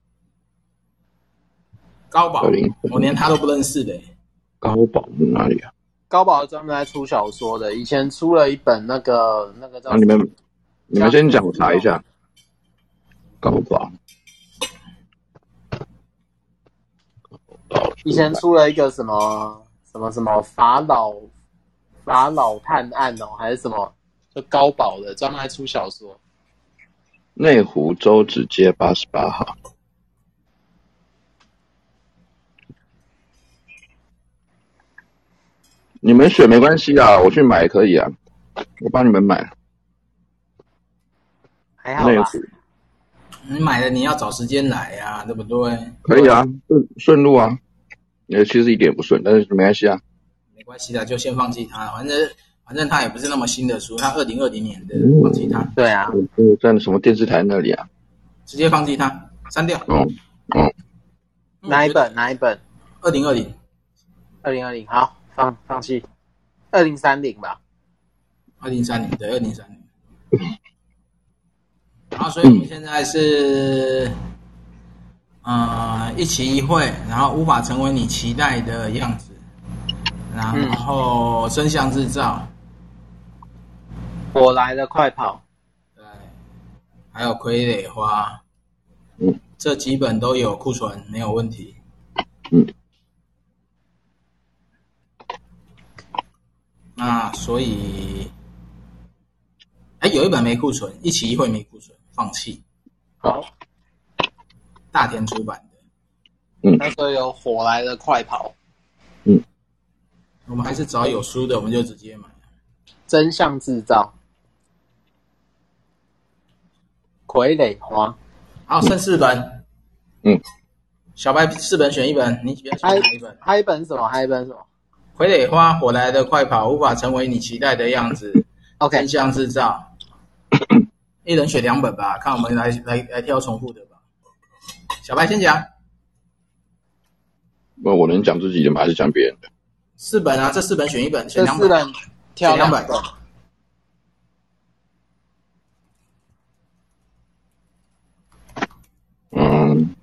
Speaker 1: 高宝
Speaker 4: 20，
Speaker 1: 我连他都不认识的、
Speaker 4: 高宝是哪里啊？
Speaker 2: 高宝专门来出小说的，以前出了一本那个那个叫
Speaker 4: 啊，你们你们先讲，我查一下。高宝，高宝
Speaker 2: 以前出了一个什么什么什么法老法老探案哦，还是什么，就高宝的专门来出小说。
Speaker 4: 内湖周子街八十八号。你们选没关系啊，我去买也可以啊，我帮你们买。
Speaker 2: 还好
Speaker 4: 那也
Speaker 2: 吧？
Speaker 4: 是
Speaker 1: 你买了你要找时间来呀、对不对？
Speaker 4: 可以啊，顺顺路啊。呃，其实一点也不顺，但是没关系啊。
Speaker 1: 没关系的，就先放弃它，反正反正它也不是那么新的书，它二零二零年的
Speaker 4: 嗯，
Speaker 1: 放弃它，
Speaker 2: 对啊，
Speaker 4: 我我在什么电视台那里啊？
Speaker 1: 直接放弃它，删掉。
Speaker 4: 哦哦，
Speaker 2: 哪一本？哪一本？
Speaker 1: 二零二零，
Speaker 2: 二零二零，好，放放弃，二零三零吧。
Speaker 1: 二零三零，对，二零三零。然后，所以我们现在是，呃，一期一会，然后无法成为你期待的样子，然后真相制造，
Speaker 2: 我来了，快跑！
Speaker 1: 对，还有傀儡花，
Speaker 4: 嗯，
Speaker 1: 这几本都有库存，没有问题。
Speaker 4: 嗯，
Speaker 1: 那所以，哎，有一本没库存，一期一会没库存，放弃。
Speaker 2: 好，
Speaker 1: 大田出版的，
Speaker 2: 那时候有火来了，快跑！
Speaker 1: 我们还是找有书的，我们就直接买。
Speaker 2: 真相制造，傀儡花，
Speaker 1: 好，剩四本。
Speaker 4: 嗯，
Speaker 1: 小白四本选一本，你比较喜欢哪一本？
Speaker 2: 还有一本什么？还有一本什么
Speaker 1: 《傀儡花》《火来的快跑》无法成为你期待的样子，《
Speaker 2: ？OK，
Speaker 1: 真相制
Speaker 4: [COUGHS]
Speaker 1: 造》，一人选两本吧，看我们来来来挑重复的吧。小白先讲
Speaker 4: 那我能讲自己的吗？还是讲别人的？
Speaker 1: 四本啊，这四本选一本，选
Speaker 2: 这
Speaker 1: 两
Speaker 2: 四
Speaker 1: 本。
Speaker 2: 本挑两本
Speaker 1: 选两。
Speaker 4: 嗯，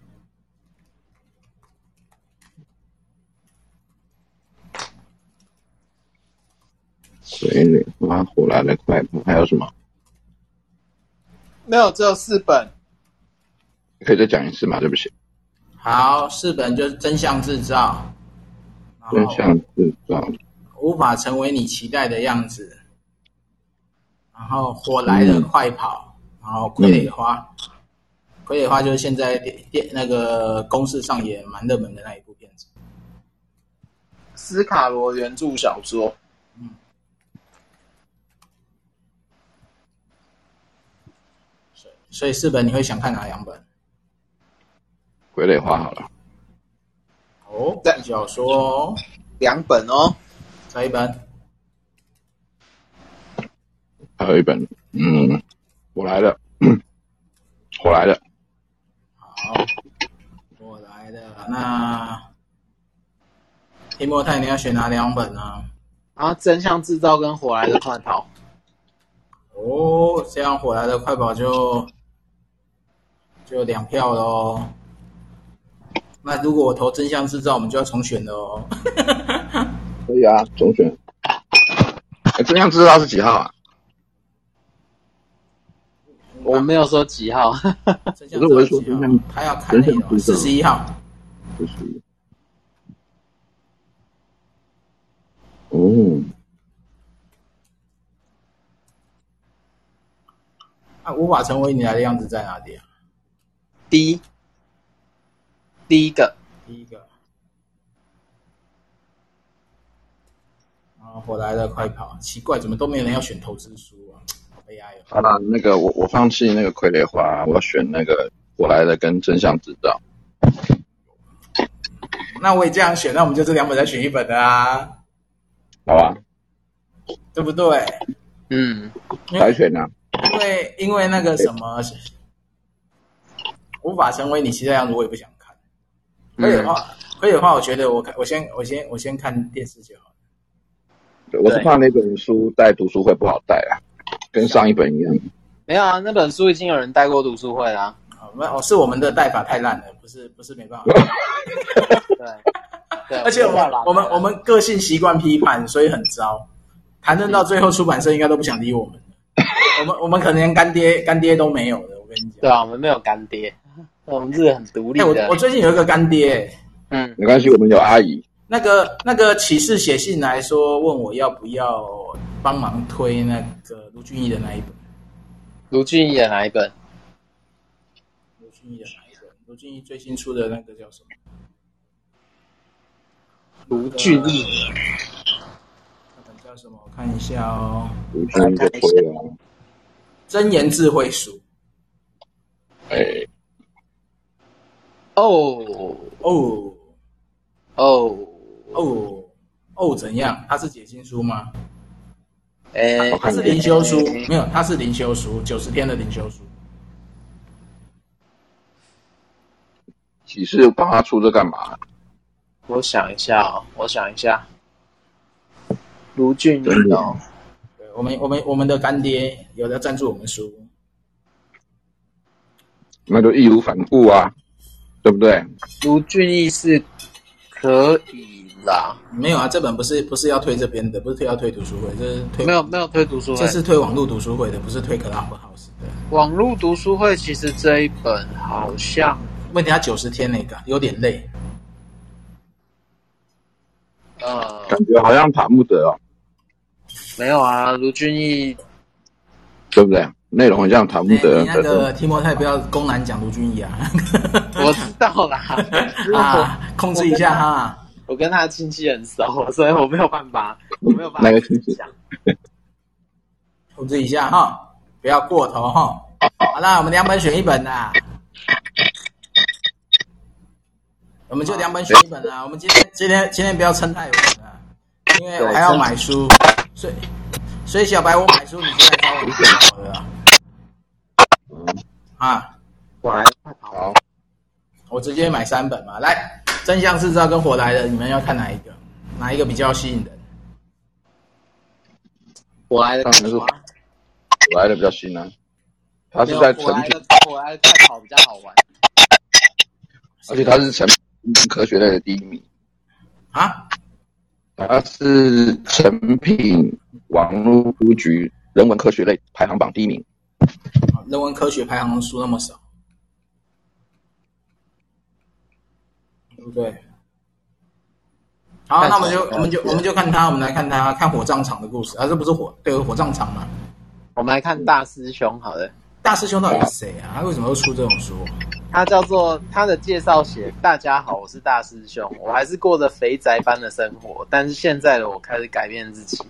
Speaker 4: 水里花火来的快步，还有什么？
Speaker 2: 没有，只有四本。
Speaker 4: 可以再讲一次吗？对不起，
Speaker 1: 好，四本就是《真相制造》，
Speaker 4: 真
Speaker 1: 然后
Speaker 4: 相制造，
Speaker 1: 无法成为你期待的样子，然后火来了
Speaker 4: 嗯
Speaker 1: 快跑，然后傀儡花，傀儡花就是现在电电那个公式上也蛮热门的那一部片子。
Speaker 2: 斯卡罗原著小说，
Speaker 1: 所以四本你会想看哪两本？
Speaker 4: 傀儡花好了。
Speaker 1: 哦
Speaker 2: 对，
Speaker 1: 小说哦，
Speaker 2: 两本哦。
Speaker 1: 再一本，
Speaker 4: 还有一本，嗯，我来 [COUGHS] 了，我来了，
Speaker 1: 好，我来的那提莫泰你要选哪两本呢、
Speaker 2: 然后啊真相制造跟火来的快跑，
Speaker 1: 哦，这样火来的快跑就就两票喽。那如果我投真相制造，我们就要重选了哦。
Speaker 4: 可以啊，总选。哎真相制造是几号啊？
Speaker 2: 我没有说几号，
Speaker 1: 真相制造
Speaker 4: 可
Speaker 1: 几号
Speaker 4: 是 [LAUGHS] 我是说真相
Speaker 1: 他要看那
Speaker 4: 真
Speaker 1: 个
Speaker 4: 相制
Speaker 1: 四
Speaker 4: 造
Speaker 1: 十一号，
Speaker 4: 就是，哦，
Speaker 1: 那、无啊法成为你来的样子在哪里啊？
Speaker 2: 第一第一个
Speaker 1: 第一个，然后啊火来的快跑，奇怪，怎么都没有人要选投资书啊？好悲哀哦。
Speaker 4: 好了，那个我我放弃那个傀儡花，我要选那个我来了跟真相制造。
Speaker 1: 那我也这样选，那我们就这两本再选一本的啊，
Speaker 4: 好吧，
Speaker 1: 对不对？
Speaker 2: 嗯，
Speaker 1: 因为
Speaker 4: 来选啊，
Speaker 1: 因为因为那个什么，无法成为你期待的样子，我也不想看。可以的话，可以的话，我觉得我看我先我先我先看电视就好。
Speaker 4: 我是怕那本书带读书会不好带啊，跟上一本一样。
Speaker 2: 没有啊，那本书已经有人带过读书会啦、
Speaker 1: 啊，没有，是我们的带法太烂了，不是不是没办法。
Speaker 2: 对， [LAUGHS] 对
Speaker 1: 而且我们我们我们个性习惯批判，所以很糟。谈论到最后，出版社应该都不想理我们了。我们我们可能连干爹干爹都没有了，我跟你
Speaker 2: 对
Speaker 1: 讲。
Speaker 2: 啊，我们没有干爹，我们是很独立
Speaker 1: 哎、
Speaker 2: 啊的。
Speaker 1: 我我最近有一个干爹、
Speaker 2: 嗯，
Speaker 4: 没关系，我们有阿姨。
Speaker 1: 那个那个骑士写信来说，问我要不要帮忙推那个卢俊义的那一本。
Speaker 2: 卢俊义的哪一本？
Speaker 1: 卢俊义的哪一本？卢俊义最新出的那个叫什么？
Speaker 2: 卢俊义，
Speaker 1: 看一下哦，
Speaker 4: 五军就推了，
Speaker 1: 真言智慧书
Speaker 4: 哎，
Speaker 2: 哦
Speaker 1: 哦
Speaker 2: 哦，
Speaker 1: 哦哦，怎样？它是解经书吗？
Speaker 2: 哎，
Speaker 1: 它是灵修书，没有，它是灵修书，九十天的灵修书。
Speaker 4: 启示帮他出这干嘛？
Speaker 2: 我想一下哦，我想一下，卢俊
Speaker 4: 真
Speaker 2: 义
Speaker 4: 的
Speaker 2: 哦，
Speaker 1: 对，我们我们我们的干爹有的赞助我们书，
Speaker 4: 那就义无反顾啊，对不对？
Speaker 2: 卢俊义是可以啦，
Speaker 1: 没有啊，这本不是不是要推这边的，不是推要推读书会，这是推
Speaker 2: 没有没有推读书会
Speaker 1: 这，是推网络读书会的，不是推 Clubhouse 的。
Speaker 2: 网络读书会其实这一本好像
Speaker 1: 问题他九十天那个有点累，
Speaker 2: 呃
Speaker 4: 感觉好像塔木德哦，
Speaker 2: 没有啊，卢俊义
Speaker 4: 对不对？内容很像塔木
Speaker 1: 你
Speaker 2: 哎
Speaker 4: 德
Speaker 1: 你那
Speaker 4: 的，
Speaker 1: 个提摩太不要公然讲卢俊义
Speaker 2: [LAUGHS]
Speaker 1: 啊，
Speaker 2: 我知道 [LAUGHS] 啦，因为我
Speaker 1: 啊，控制一下哈。
Speaker 2: 我跟他的亲戚很熟， [LAUGHS] 所以我没有办法，我没有办法
Speaker 4: 哪个亲戚
Speaker 2: 讲。
Speaker 1: 控制一下哈，不要过头哈。好啦，我们两本选一本啦，我们就两本选一本啦。我们今天今天今天不要撑太晚了，因为我还要买书，所以所以小白我买书你先来找我就好了啊。
Speaker 2: 我来
Speaker 4: 好，
Speaker 1: 我直接买三本嘛。来，真相制造跟火来了，你们要看哪一个？哪一个比较吸引人？
Speaker 2: 我来的
Speaker 4: 当然是我来的比较新啊。他
Speaker 2: 他
Speaker 4: 是在成
Speaker 2: 我来
Speaker 4: 品，
Speaker 2: 的我来的快跑比较好玩。
Speaker 4: 而且他是成品科学类的第一名，
Speaker 1: 啊？
Speaker 4: 他是成品网络书局人文科学类排行榜第一名。
Speaker 1: 人文科学排行的书那么少，对不对？好，那我们就我们就我们就看他，我们来看他看火葬场的故事啊，这不是火对火葬场嘛？
Speaker 2: 我们来看大师兄，好了，
Speaker 1: 大师兄到底是谁啊？他为什么会出这种书？
Speaker 2: 他叫做他的介绍写：“大家好，我是大师兄，我还是过着肥宅般的生活，但是现在的我开始改变自己。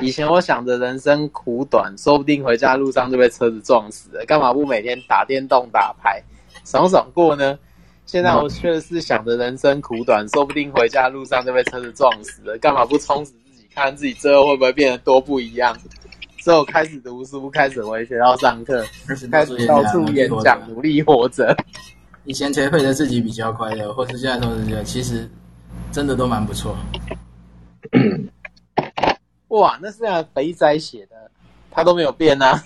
Speaker 2: 以前我想着人生苦短，说不定回家路上就被车子撞死了，干嘛不每天打电动打牌，爽爽过呢？现在我却是想着人生苦短，说不定回家路上就被车子撞死了，干嘛不充实自己，看自己最后会不会变得多不一样？”所以我开始读书，开始回学校上课，开始到处演讲，努力活着。
Speaker 1: 以前颓废的自己比较快乐，或是现在都是觉得其实真的都蛮不错。 [LAUGHS]
Speaker 2: 哇，那是啊，肥仔写的，他都没有变啊。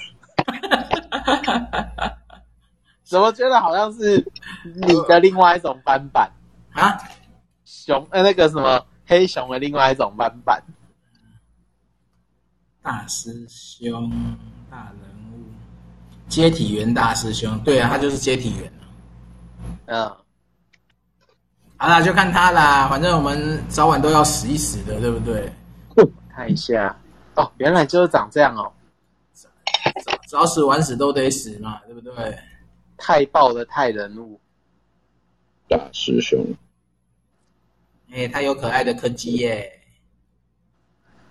Speaker 2: [LAUGHS] 怎么觉得好像是你的另外一种翻版？
Speaker 1: 啊，
Speaker 2: 熊呃，那个什么黑熊的另外一种翻版。
Speaker 1: 大师兄，大人物，接体员大师兄，对啊，他就是接体员啊
Speaker 2: 嗯，
Speaker 1: 好啦，就看他啦，反正我们早晚都要死一死的，对不对？
Speaker 2: 看一下哦，原来就是长这样哦，
Speaker 1: 早早死晚死都得死嘛，对不对？
Speaker 2: 太爆的太人物。
Speaker 4: 大师兄，
Speaker 1: 哎、他有可爱的柯基耶，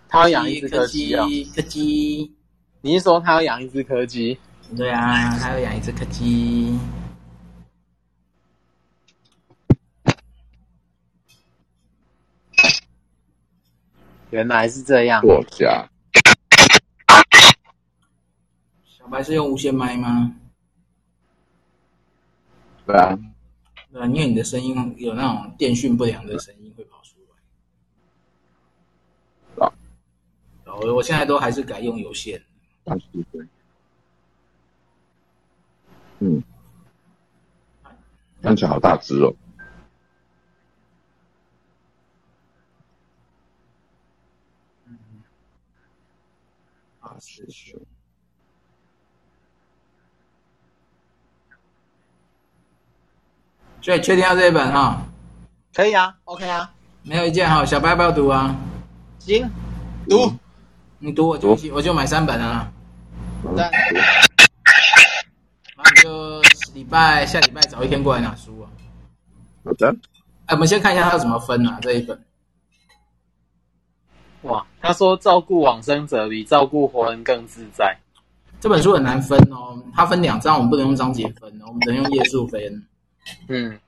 Speaker 2: 他要养一只柯基哦
Speaker 1: 柯，基，柯基，
Speaker 2: 你是说他要养一只柯基？
Speaker 1: 对啊，他要养一只柯基。
Speaker 2: 原来是这样。
Speaker 4: 作家，
Speaker 1: 小白是用无线麦吗？
Speaker 4: 对啊，
Speaker 1: 对啊，因为你的声音有那种电讯不良的声音会跑出来。
Speaker 4: 啊
Speaker 1: 啊，我我现在都还是改用有线。
Speaker 4: 大师兄，嗯，看起来好大只哦，
Speaker 1: 啊，是是。所以确定要这一本哈、
Speaker 2: 可以啊，OK 啊，
Speaker 1: 没有意见哈、小白要不要读啊？
Speaker 2: 行，读。
Speaker 1: 嗯你读我就一起我就买三本啊，
Speaker 2: 对
Speaker 1: 然后你就礼拜下礼拜早一天过来拿书啊。
Speaker 4: 好的，
Speaker 1: 哎，我们先看一下它要怎么分啊这一本。
Speaker 2: 哇，他说照顾往生者比照顾活人更自在。
Speaker 1: 这本书很难分哦，它分两章，我们不能用章节分哦，我们只能用页数分。
Speaker 2: 嗯，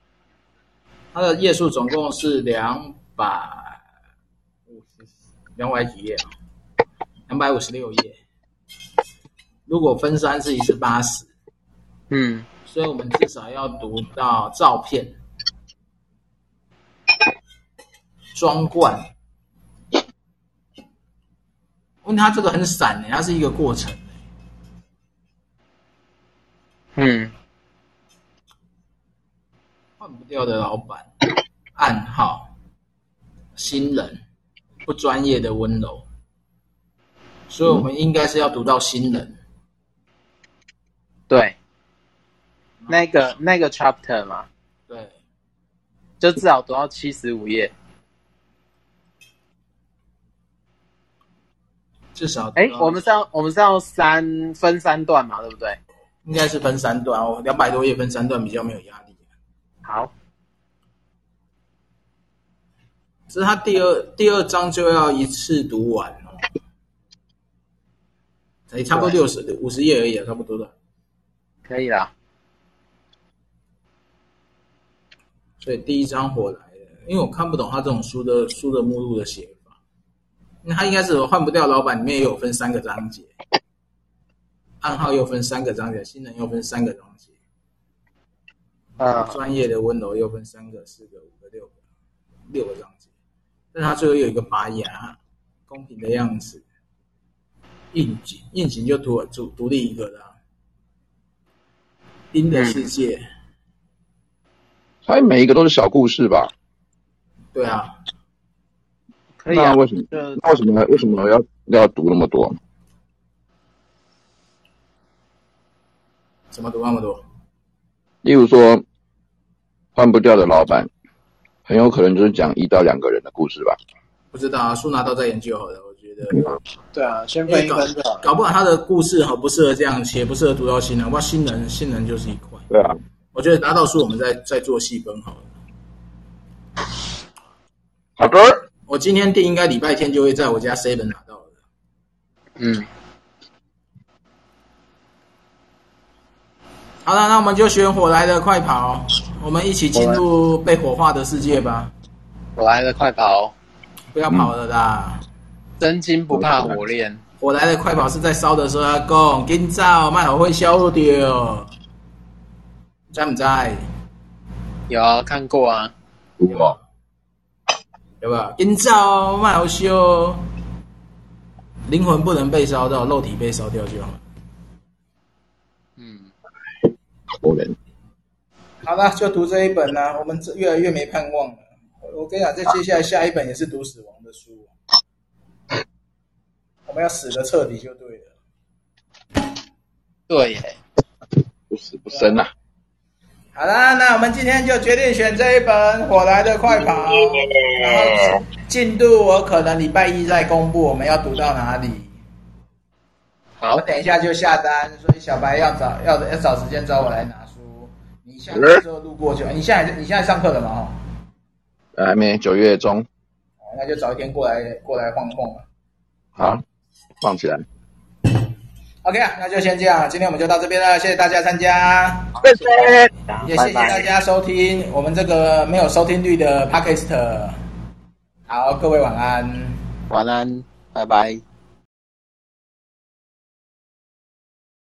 Speaker 1: 它的页数总共是两百五十，两百几页啊？两百五十六页。如果分三是一次八十，
Speaker 2: 嗯，
Speaker 1: 所以我们至少要读到照片、装罐。问他这个很散欸的、它是一个过程。
Speaker 2: 嗯，
Speaker 1: 换不掉的老板，暗号，新人，不专业的温柔，所以我们应该是要读到新人。
Speaker 2: 对，那个那个 chapter 嘛，
Speaker 1: 对，
Speaker 2: 就至少读到七十五页。
Speaker 1: 至少
Speaker 2: 哎，我们是要我们是要三分三段嘛，对不对？
Speaker 1: 应该是分三段哦，两百多页分三段比较没有压力。
Speaker 2: 好，
Speaker 1: 只是他第二第二章就要一次读完哦，哎，差不多
Speaker 2: 对
Speaker 1: 六十五十页而已啊，差不多的。
Speaker 2: 可以啦。
Speaker 1: 所以第一章火来了，因为我看不懂他这种书的书的目录的写法。那他一开始换不掉老板里面也有分三个章节，暗号又分三个章节，新人又分三个章节，
Speaker 2: 呃，
Speaker 1: 专业的温柔又分三个、四个、五个、六个，六个章节。但他最后有一个拔牙，公平的样子，应景应景就独独独立一个的、啊，鹰的世界，
Speaker 4: 它每一个都是小故事吧？
Speaker 1: 对啊，
Speaker 2: 可以啊
Speaker 4: 那，为什么？
Speaker 2: 就
Speaker 4: 那为什么为什么要要读那么多？
Speaker 1: 怎么读那么多？
Speaker 4: 例如说，换不掉的老板，很有可能就是讲一到两个人的故事吧。
Speaker 1: 不知道啊，书拿到再研究好了。我觉得，
Speaker 2: 对啊，先
Speaker 1: 因为
Speaker 2: 分一
Speaker 1: 搞
Speaker 2: 分就好了。
Speaker 1: 搞不好他的故事好不适合这样写，不适合读到新人。哇，新人新人就是一块。
Speaker 4: 对啊，
Speaker 1: 我觉得拿到书我们再再做细分好了。
Speaker 4: 好的，
Speaker 1: 我今天订应该礼拜天就会在我家 seven 拿到了。
Speaker 2: 嗯，
Speaker 1: 好了，那我们就选火来的快跑，我们一起进入被火化的世界吧！
Speaker 2: 我来了，快跑！哦
Speaker 1: 不要跑了啦，
Speaker 2: 真金不怕火炼。
Speaker 1: 火来的快跑是在烧的时候要供，今早卖好会烧掉，在不在？
Speaker 2: 有啊，看过啊。
Speaker 4: 我
Speaker 1: 有没有？今早卖好烧，灵魂不能被烧到，肉体被烧掉就好了。
Speaker 2: 嗯，
Speaker 4: 我人
Speaker 1: 好了，就读这一本啦、我们这越来越没盼望了。我我跟你讲，这接下来下一本也是读死亡的书，啊我们要死的彻底就对了。
Speaker 2: 对耶，
Speaker 4: 不死不生啊。
Speaker 1: 好啦，那我们今天就决定选这一本《火来的快跑》，然后进度我可能礼拜一再公布我们要读到哪里。
Speaker 2: 好
Speaker 1: 我，等一下就下单，所以小白要找要要找时间找我来拿书。你下课之后路过就，你现在你现在上课了吗？哦
Speaker 4: 呃还没九月中，
Speaker 1: 哦，那就早一天过来过来晃晃吧。
Speaker 4: 好，放起来。
Speaker 1: OK 啊，那就先这样，今天我们就到这边了，谢谢大家参加，
Speaker 2: 谢谢，
Speaker 1: 也谢谢大家收听我们这个没有收听率的 Podcast。好，各位晚安。
Speaker 2: 晚安，拜拜。